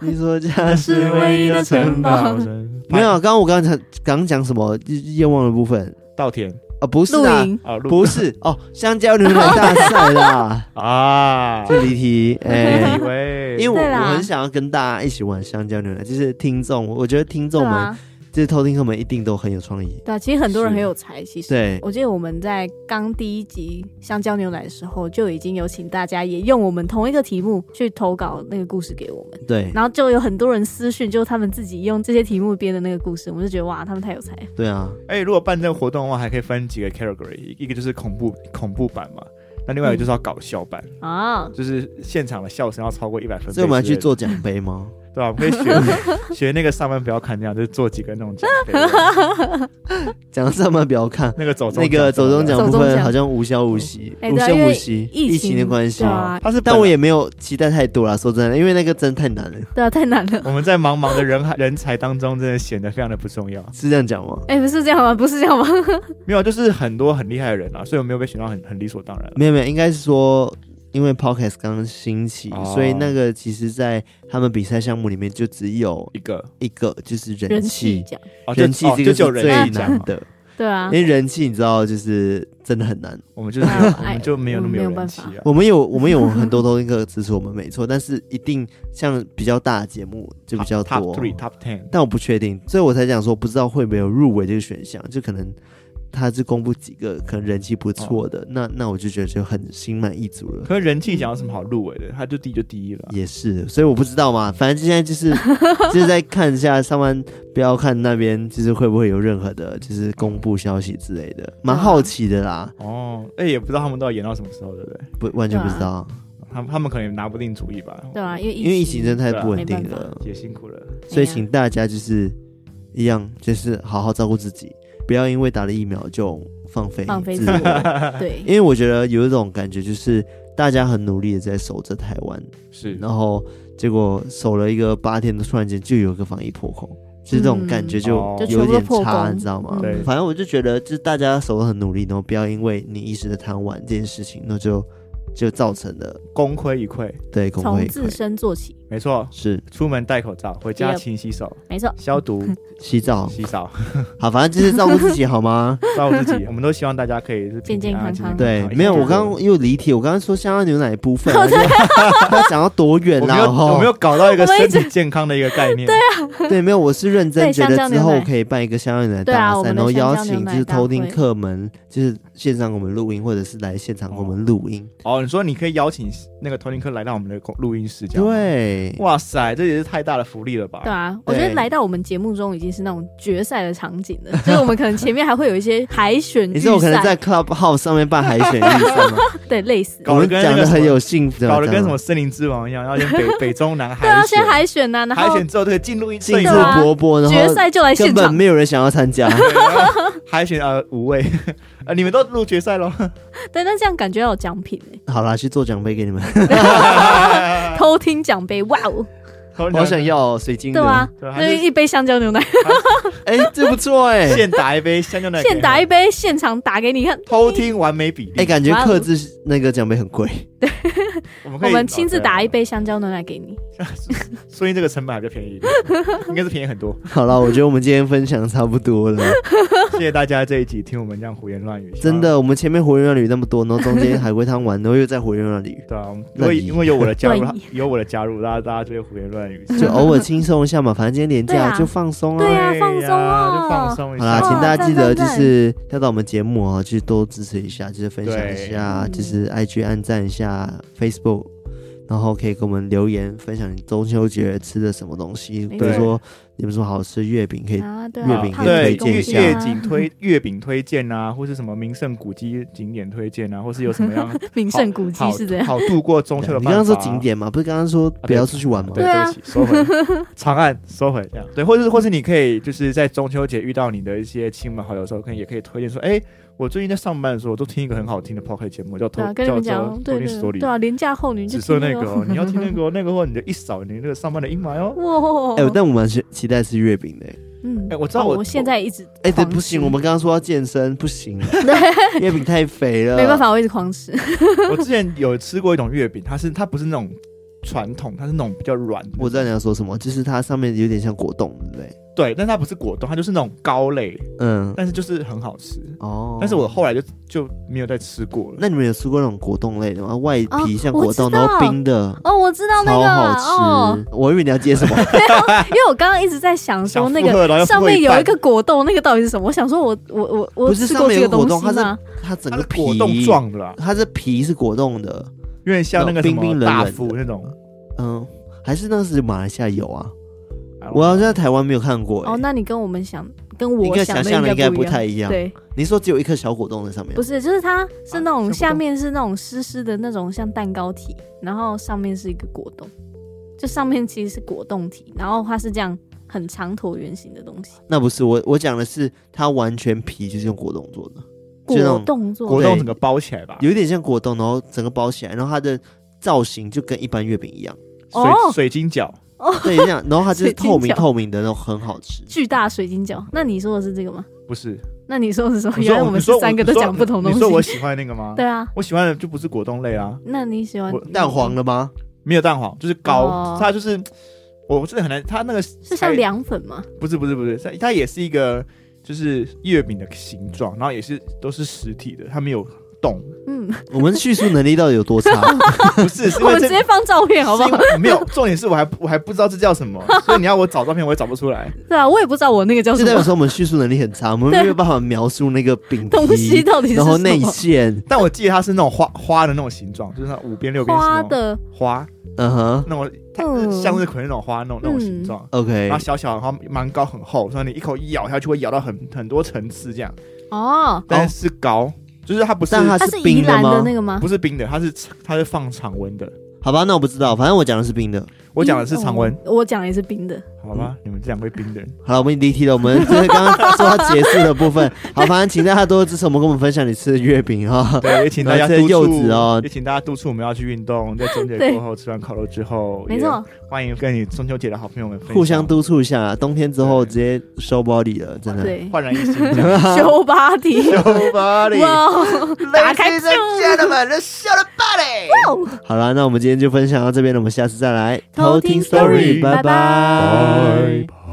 Speaker 1: 你说家
Speaker 4: 是
Speaker 1: 是
Speaker 4: 呃唯一的城堡。
Speaker 1: 没有啊？刚刚我刚才刚讲什么愿望的部分
Speaker 3: 稻田
Speaker 1: 啊？不是
Speaker 4: 露
Speaker 1: 啊，
Speaker 4: 营，
Speaker 3: 啊，
Speaker 1: 不是哦，香蕉牛奶大赛啦，
Speaker 3: 啊，
Speaker 1: 这离题哎
Speaker 3: 以。为
Speaker 1: 因为我
Speaker 4: 对啦
Speaker 1: 我很想要跟大家一起玩香蕉牛奶，就是听众，我觉得听
Speaker 4: 对
Speaker 1: 众们、
Speaker 4: 啊，
Speaker 1: 就是偷听众们一定都很有创意。
Speaker 4: 对啊，其实很多人很有才，其实。
Speaker 1: 对，
Speaker 4: 我记得我们在刚第一集香蕉牛奶的时候，就已经有请大家也用我们同一个题目去投稿那个故事给我们，
Speaker 1: 对，
Speaker 4: 然后就有很多人私讯，就他们自己用这些题目编的那个故事，我们就觉得哇，他们太有才了。
Speaker 1: 对啊，
Speaker 3: 哎、如果办这个活动的话，还可以分几个 category，一一个就是恐怖恐怖版嘛，那另外一个就是要搞笑版，
Speaker 4: 啊，
Speaker 3: 就是现场的笑声要超过一百分贝之
Speaker 1: 嗯所
Speaker 3: 类的。
Speaker 1: 以我们要去做奖杯吗？
Speaker 3: 对啊吧、我们可
Speaker 4: [LAUGHS]
Speaker 3: 以学学那个上班不要看那样，就是做几个那种奖杯，
Speaker 1: 讲上班不要看，
Speaker 3: 那个走哦中
Speaker 1: 那个走中
Speaker 3: 奖
Speaker 1: 奖部
Speaker 4: 走中
Speaker 1: 分
Speaker 4: 奖
Speaker 1: 好像无消无息，
Speaker 4: 哎
Speaker 1: 无
Speaker 4: 对啊
Speaker 1: 消
Speaker 4: 因
Speaker 1: 无
Speaker 4: 为
Speaker 1: 息，
Speaker 4: 疫
Speaker 1: 疫情的
Speaker 4: 情
Speaker 1: 关系
Speaker 4: 对。啊，
Speaker 3: 他是本来，
Speaker 1: 但我也没有期待太多啦，说真的，因为那个真太难了，
Speaker 4: 对啊，太难了。
Speaker 3: 我们在茫茫的人海人才当中，真的显得非常的不重要。
Speaker 1: 是这样讲吗？
Speaker 4: 哎、不是这样吗？不是这样吗？
Speaker 3: 没有，就是很多很厉害的人啊，所以我没有被选到很很理所当然啊。
Speaker 1: 没有没有，应该是说。因为 podcast 刚刚兴起，
Speaker 3: 哦
Speaker 1: 所以那个其实，在他们比赛项目里面就只有
Speaker 3: 一个
Speaker 1: 一个，就是人
Speaker 4: 人
Speaker 1: 气
Speaker 4: 气。奖，
Speaker 3: 哦，就
Speaker 1: 人气
Speaker 3: 哦
Speaker 1: 这
Speaker 3: 就
Speaker 1: 个
Speaker 3: 只有
Speaker 1: 是最
Speaker 3: 人气奖
Speaker 1: 难
Speaker 4: [LAUGHS]
Speaker 3: 嘛，
Speaker 1: 的，
Speaker 4: 对啊
Speaker 1: 因，为人气你知道，就是真的很难。
Speaker 3: 我们
Speaker 4: 哦
Speaker 3: 就是没有，我
Speaker 4: 哎
Speaker 3: 们就没有那么有人气啊。
Speaker 1: 我们有我们有很多都那个支持我们没错，但是一定像比较大的节目就比较
Speaker 3: top
Speaker 1: 多。
Speaker 3: three top ten，
Speaker 1: 但我不确定，所以我才讲说不知道会不会有入围这个选项，就可能他是公布几个可能人气不错的，那那我就觉得就很心满意足了。
Speaker 3: 可是人气奖有什么好入围的？他就第一就第一了啊。
Speaker 1: 也是，所以我不知道嘛，反正现在就是就是在看一下上班，不要看那边，就是会不会有任何的，就是公布消息之类的，蛮好奇的啦，
Speaker 3: 哦，哎、也不知道他们到底演到什么时候，对不对？
Speaker 1: 不完全不知
Speaker 4: 对
Speaker 1: 道啊，
Speaker 3: 他们他们可能也拿不定主意吧。
Speaker 4: 对啊，因为
Speaker 1: 因为疫情真的
Speaker 3: 对
Speaker 1: 太
Speaker 3: 啊
Speaker 1: 不稳定
Speaker 4: 没办
Speaker 1: 了。
Speaker 3: 也辛苦了。
Speaker 1: 所以请大家就是一样，就是好好照顾自己，不要因为打了疫苗就放飞
Speaker 4: 放飞
Speaker 1: 自
Speaker 4: 自
Speaker 1: 我。因
Speaker 4: 对，
Speaker 1: 为我觉得有一种感觉，就是大家很努力的在守着台湾，
Speaker 3: 是，
Speaker 1: 然后结果守了一个八天，突然间就有一个防疫破口。就是这种感觉就
Speaker 3: 嗯
Speaker 1: 有
Speaker 3: 哦
Speaker 1: 一
Speaker 4: 就全部都
Speaker 1: 点
Speaker 4: 破
Speaker 1: 差，
Speaker 4: 功
Speaker 1: 你知道吗
Speaker 4: 嗯？
Speaker 3: 对
Speaker 1: 反正我就觉得，就是大家手都很努力，然后不要因为你一时的贪玩这件事情，那就就造成了
Speaker 3: 功亏一篑，
Speaker 1: 对工
Speaker 4: 从
Speaker 1: 会
Speaker 4: 自身做起，
Speaker 3: 没错。
Speaker 1: 是
Speaker 3: 出门戴口罩，回家
Speaker 4: Yep
Speaker 3: 勤洗手，
Speaker 4: 没错。
Speaker 3: 消毒、
Speaker 1: 洗澡，
Speaker 3: 洗手，
Speaker 1: 好，反正就是照顾自己好
Speaker 4: [LAUGHS]
Speaker 1: 吗？
Speaker 3: 照顾自己。我们都希望大家可以是
Speaker 4: 健
Speaker 3: 平平安安
Speaker 4: 健康康
Speaker 1: 对，没有，我刚刚又离题，我刚刚说香蕉牛奶的
Speaker 4: [LAUGHS]
Speaker 1: 部分，然后就 [LAUGHS] 要讲到多远
Speaker 3: 我没
Speaker 1: 然
Speaker 3: 有我
Speaker 1: 后
Speaker 3: 没有搞到一个
Speaker 4: 我们一
Speaker 3: 身
Speaker 4: 直
Speaker 3: 体健康的一个
Speaker 4: [LAUGHS]
Speaker 3: 概念。对
Speaker 4: 啊
Speaker 1: 对，没有，我是认真
Speaker 4: 对
Speaker 1: 觉得
Speaker 4: 香蕉
Speaker 1: 之
Speaker 4: 牛
Speaker 1: 后
Speaker 4: 奶
Speaker 1: 可以办一个香蕉牛奶
Speaker 4: 对啊
Speaker 1: 大
Speaker 4: 我
Speaker 1: 赛，然
Speaker 4: 们的
Speaker 1: 后邀
Speaker 4: 香蕉牛
Speaker 1: 请
Speaker 4: 奶
Speaker 1: 就是
Speaker 4: 大
Speaker 1: 偷听
Speaker 4: 会
Speaker 1: 客们，就是线上给我们录音，或者是来现场给我们录音。
Speaker 3: 哦，你说你可以邀请那个头林科来到我们的录音室，这样吗。
Speaker 1: 对，
Speaker 3: 哇塞，这也是太大的福利了吧？
Speaker 4: 对啊，我觉得
Speaker 1: 对
Speaker 4: 来到我们节目中已经是那种决赛的场景了， [LAUGHS] 就是我们可能前面还会有一些海选预
Speaker 1: 你是我可能在
Speaker 4: 赛，
Speaker 1: Clubhouse 上面办海选预算吗？
Speaker 4: 对，类似。
Speaker 1: 我
Speaker 3: [LAUGHS] 搞得
Speaker 1: 们
Speaker 3: 跟那
Speaker 1: 讲
Speaker 3: 个
Speaker 1: 的很
Speaker 3: 什么
Speaker 1: 有幸福，
Speaker 3: 搞得跟
Speaker 1: 这样
Speaker 3: 什么森林之王一样，要先北北中南海
Speaker 4: 啊对啊，
Speaker 3: 选
Speaker 4: 先海选呐、然
Speaker 3: 海
Speaker 4: 后
Speaker 3: 选之后，对进入一
Speaker 1: 兴致
Speaker 4: 对啊
Speaker 1: 勃勃，
Speaker 4: 决
Speaker 1: 然后
Speaker 4: 赛就来现
Speaker 1: 根本
Speaker 4: 场，
Speaker 1: 没有人想要参加。 [LAUGHS]
Speaker 3: 啊海选呃五位， [LAUGHS] 呃你们都入
Speaker 4: [LAUGHS]
Speaker 3: 决赛喽，
Speaker 4: 对，那这样感觉要有奖品哎、
Speaker 1: 好啦，去做奖杯给你
Speaker 3: [LAUGHS]
Speaker 1: 们，
Speaker 4: 偷听奖杯，哇哦，
Speaker 1: 好想要哦水晶
Speaker 4: 对
Speaker 1: 的。
Speaker 4: 啊，
Speaker 3: 对还
Speaker 4: 那
Speaker 3: 是
Speaker 4: 一杯香蕉牛奶，
Speaker 1: 哎，这不错
Speaker 3: [LAUGHS]
Speaker 1: 哎。
Speaker 3: 现打一杯香蕉奶，
Speaker 4: 现打一杯，现场打给你看，
Speaker 3: 偷听完美比例，
Speaker 1: 哎，感觉
Speaker 4: 哇哦
Speaker 1: 克制那个奖杯很贵，
Speaker 3: 我们可
Speaker 4: 我
Speaker 3: 以
Speaker 4: 们亲自打一，
Speaker 3: 哦
Speaker 4: 杯香蕉牛奶给你，
Speaker 3: 对说不定这个成本还比较便宜一点，应该是便宜很多。
Speaker 1: 好了，我觉得我们今天分享差不多了。
Speaker 3: 谢谢大家这一集听我们这样胡言乱语，
Speaker 1: 真的，我们前面火云乱旅那么
Speaker 4: [LAUGHS]
Speaker 1: 多，然后中间海龟汤完，然后又在火云乱旅，
Speaker 3: 对啊，因为因为有我的加
Speaker 4: [LAUGHS]
Speaker 3: 入
Speaker 4: 乱，
Speaker 3: 有我的加入，大家大家就会胡言乱语，
Speaker 4: 啊 [LAUGHS]
Speaker 1: 就偶尔轻松一下嘛，反正今天连
Speaker 4: 对
Speaker 1: 假
Speaker 4: 啊
Speaker 1: 就放松
Speaker 4: 对
Speaker 1: 啊。
Speaker 4: 啊放松哦
Speaker 3: 就放松一
Speaker 1: 好
Speaker 3: 下
Speaker 1: 啦，
Speaker 4: 哦
Speaker 1: 请大家记得就
Speaker 4: 赞赞
Speaker 1: 是要到我们节目哦，去多支持一下，就是分享
Speaker 3: 对
Speaker 1: 一下，
Speaker 4: 嗯
Speaker 1: 就是 IG 按赞一下 Facebook，然后可以给我们留言分享你中秋节吃的什么东西，比
Speaker 4: 没
Speaker 1: 如
Speaker 3: 错
Speaker 1: 说有没有什么好吃月饼可以。
Speaker 4: 啊，对
Speaker 1: 月
Speaker 4: 啊
Speaker 1: 饼，
Speaker 4: 胖
Speaker 1: 可
Speaker 3: 对
Speaker 1: 以
Speaker 4: 子
Speaker 1: 推荐
Speaker 4: 东
Speaker 3: 月
Speaker 1: 一
Speaker 4: 西
Speaker 1: 下
Speaker 3: 月
Speaker 4: 啊
Speaker 3: 景推 [LAUGHS] 月饼推荐啊，或是什么名胜古迹景点推荐啊，或是有什
Speaker 4: [LAUGHS]
Speaker 3: 么样
Speaker 4: 名胜古迹
Speaker 3: 好
Speaker 4: 是这样，
Speaker 3: 好度过中秋的
Speaker 1: 你
Speaker 3: 办法啊。
Speaker 1: 刚刚说景点嘛，不是刚刚说不要出去玩
Speaker 3: 啊
Speaker 1: 吗？
Speaker 3: 对，
Speaker 4: 对
Speaker 3: 对不起，
Speaker 4: [LAUGHS]
Speaker 3: 收回长按收回这样。对，或者或是你可以就是在中秋节遇到你的一些亲朋好友的时候，可以也可以推荐说，哎，我最近在上班的时候，我都听一个很好听的 p o c k e t 节目，叫
Speaker 4: 对
Speaker 3: 偷
Speaker 4: 啊，跟你
Speaker 3: 叫
Speaker 4: 们
Speaker 3: 做
Speaker 4: 讲，
Speaker 3: 偷
Speaker 4: 对
Speaker 3: 听 story，
Speaker 4: 对对啊，廉价后你就
Speaker 3: 只说那
Speaker 4: 听
Speaker 3: 个哦，你要听
Speaker 4: [LAUGHS]
Speaker 3: 那个哦，那个话你就一扫你那个上班的阴霾哦。
Speaker 4: 哇，
Speaker 1: 哎、但我蛮期期待吃月饼的、欸。
Speaker 4: 嗯
Speaker 3: 哎我知
Speaker 4: 哦
Speaker 3: 道我
Speaker 4: 我现在一直
Speaker 1: 哎、对，
Speaker 4: 狂
Speaker 1: 不行，
Speaker 4: 吃
Speaker 1: 我们刚刚说要健身，不
Speaker 4: [LAUGHS]
Speaker 1: 行，月饼太肥了，
Speaker 4: 没办。法，我一直狂吃，
Speaker 3: 我之前有吃过一种月饼，它是它不是那种传统，它是那种比较软的。
Speaker 1: 我知道你要说什么，就是它上面有点像果冻，对不对？
Speaker 3: 对，但它不是果冻，它就是那种糕类，
Speaker 1: 嗯，
Speaker 3: 但是就是很好吃。
Speaker 1: 哦。
Speaker 3: 但是我后来就就没有再吃过了。
Speaker 1: 那你们有吃过那种果冻类的吗？外
Speaker 4: 哦
Speaker 1: 皮像
Speaker 4: 我
Speaker 1: 果冻，
Speaker 4: 知道
Speaker 1: 然后冰的，
Speaker 4: [LAUGHS] 哦，我知道那
Speaker 1: 超
Speaker 4: 个
Speaker 1: 好
Speaker 4: 哦
Speaker 1: 吃。。我以为你要接
Speaker 3: [LAUGHS]
Speaker 1: 什么，
Speaker 4: 因为我刚刚一直在想
Speaker 3: 想
Speaker 4: 说那
Speaker 3: 附和然后
Speaker 4: 个
Speaker 3: 又
Speaker 4: 上
Speaker 3: 附和
Speaker 4: 面
Speaker 3: 一
Speaker 4: 有
Speaker 3: 半
Speaker 4: 一个果冻，那个到底是什么？我想说我，我我我
Speaker 1: 不是
Speaker 4: 吃
Speaker 1: 上
Speaker 4: 过
Speaker 1: 面
Speaker 4: 这
Speaker 1: 有
Speaker 4: 个
Speaker 1: 个果
Speaker 4: 东
Speaker 1: 冻
Speaker 4: 西吗？
Speaker 1: 它整
Speaker 3: 它
Speaker 1: 个
Speaker 3: 是
Speaker 1: 皮
Speaker 3: 果冻，状的啦，
Speaker 1: 它的皮是果冻的，
Speaker 3: 有点像那个什
Speaker 1: 冰冰
Speaker 3: 么
Speaker 1: 冷冷
Speaker 3: 大
Speaker 1: 的
Speaker 3: 福那种。
Speaker 1: 嗯，还是那是马来西亚有啊？
Speaker 3: 哎
Speaker 1: 我要在台湾没有看过、欸，
Speaker 4: 哦，那你跟我们想跟
Speaker 1: 应
Speaker 4: 我
Speaker 1: 该
Speaker 4: 想
Speaker 1: 想
Speaker 4: 的
Speaker 1: 象的应该不
Speaker 4: 不一
Speaker 1: 太一样。
Speaker 4: 对，
Speaker 1: 你说只有一颗小果冻在上面啊
Speaker 4: 不
Speaker 1: 吗，
Speaker 4: 是，就是它是那
Speaker 3: 啊
Speaker 4: 种
Speaker 3: 小果
Speaker 4: 下
Speaker 3: 冻
Speaker 4: 面是那种湿湿的那种像蛋糕体，然后上面是一个果冻，就上面其实是果冻体，然后它是这样很长椭圆形的东西，
Speaker 1: 那不是我我讲的是它完全皮就是用果冻做的，就那
Speaker 4: 果
Speaker 1: 种
Speaker 4: 冻做
Speaker 3: 果
Speaker 4: 的
Speaker 3: 冻整个包起来吧，
Speaker 1: 有一点像果冻，然后整个包起来，然后它的造型就跟一般月饼一样，
Speaker 3: 水
Speaker 4: 哦
Speaker 3: 水晶饺，
Speaker 1: 对，这样，然后它就是
Speaker 4: 水晶
Speaker 1: 透明
Speaker 4: 饺
Speaker 1: 透明的那种，很好吃。
Speaker 4: 巨大水晶饺。那你说的是这个吗？
Speaker 3: 不是？
Speaker 4: 那你说的是什么？
Speaker 3: 你
Speaker 4: 原
Speaker 3: 说
Speaker 4: 来
Speaker 3: 我
Speaker 4: 们
Speaker 3: 你说
Speaker 4: 是三个都讲不同东
Speaker 3: 你说我
Speaker 4: 西。
Speaker 3: 喜欢那个吗？
Speaker 4: 对啊，
Speaker 3: 我喜欢的就不是果冻类啊，
Speaker 4: 那你喜欢
Speaker 3: 我
Speaker 1: 蛋黄了吗？
Speaker 3: 没有蛋黄，就是糕
Speaker 4: 哦，
Speaker 3: 它就是我真的很难，它那个
Speaker 4: 是
Speaker 3: 是
Speaker 4: 像凉粉吗？
Speaker 3: 不是不是不是，它它也是一个就是月饼的形状，然后也是都是实体的，它没有洞，
Speaker 4: 嗯，
Speaker 1: 我们叙述能力到底有多差？
Speaker 3: [LAUGHS] 不是是因
Speaker 4: [LAUGHS] 我
Speaker 3: 为
Speaker 4: 们
Speaker 3: 这
Speaker 4: 直接放照片好不
Speaker 3: 是因
Speaker 4: 好？
Speaker 3: 为没有重点是我还我还不知道这叫
Speaker 4: [LAUGHS]
Speaker 3: 什么，所以你要我找照片我也找不出来。
Speaker 4: 对啊，我也不知道我那个叫
Speaker 1: 就
Speaker 4: 什
Speaker 1: 代表
Speaker 4: 么
Speaker 1: 说我们叙述能力很差，我们没有办法描述那个饼
Speaker 4: [LAUGHS] 东西
Speaker 1: 皮，
Speaker 4: 到底是
Speaker 1: 然
Speaker 4: 什
Speaker 1: 后内
Speaker 4: 么。
Speaker 1: 馅，
Speaker 3: 但我记得它是那种花花的那种形状，就是那五边六边是那
Speaker 4: 花
Speaker 3: 种
Speaker 4: 的，
Speaker 3: 花
Speaker 1: 嗯哼
Speaker 3: 那种，它
Speaker 4: 嗯
Speaker 3: 向日葵那种花那种那种形状。
Speaker 1: ，OK
Speaker 3: 然后。小小，然后蛮高很厚，所以你一口咬下去会咬到很很多层次这样，
Speaker 4: 哦，
Speaker 3: 但是高，就是它不是
Speaker 1: 但它
Speaker 4: 它
Speaker 1: 是
Speaker 4: 是
Speaker 1: 冰
Speaker 4: 宜
Speaker 1: 的
Speaker 4: 兰
Speaker 1: 吗
Speaker 4: 那个吗？
Speaker 3: 不是冰的，它是它是放常温的。
Speaker 1: 好吧，那我不知道，反正我讲的是冰的。
Speaker 3: 我讲的是常
Speaker 1: 嗯
Speaker 3: 温，
Speaker 4: 哦我讲的也是冰的。
Speaker 1: 哦
Speaker 3: 好吧？你们这两位冰的人，
Speaker 1: 好了，我们已经离题了，我们就是刚刚说到结束的部分。好，反正请大家多多支持我们，跟我们分享你吃的月饼哈。
Speaker 3: 对，也请大家
Speaker 1: 然后这
Speaker 3: 督
Speaker 1: 些柚
Speaker 3: 促
Speaker 1: 子哦
Speaker 3: 也请大家督促我们要去运动，在中秋节
Speaker 4: 对
Speaker 3: 过后吃完烤肉之后，
Speaker 4: 没错，
Speaker 3: 欢迎跟你中秋节的好朋友们分享
Speaker 1: 互相督促一下啊，冬天之后直接收 body 了，真的。
Speaker 4: 对，
Speaker 3: 焕然一新。
Speaker 4: [LAUGHS] 修巴
Speaker 3: [LAUGHS]
Speaker 4: 提，
Speaker 1: body
Speaker 4: 哇，打开就哦
Speaker 3: gentlemen, let's show the body.
Speaker 1: 好了，那我们今天就分享到这边了，我们下次再来
Speaker 4: 偷听 story，拜拜
Speaker 1: 拜
Speaker 3: 拜。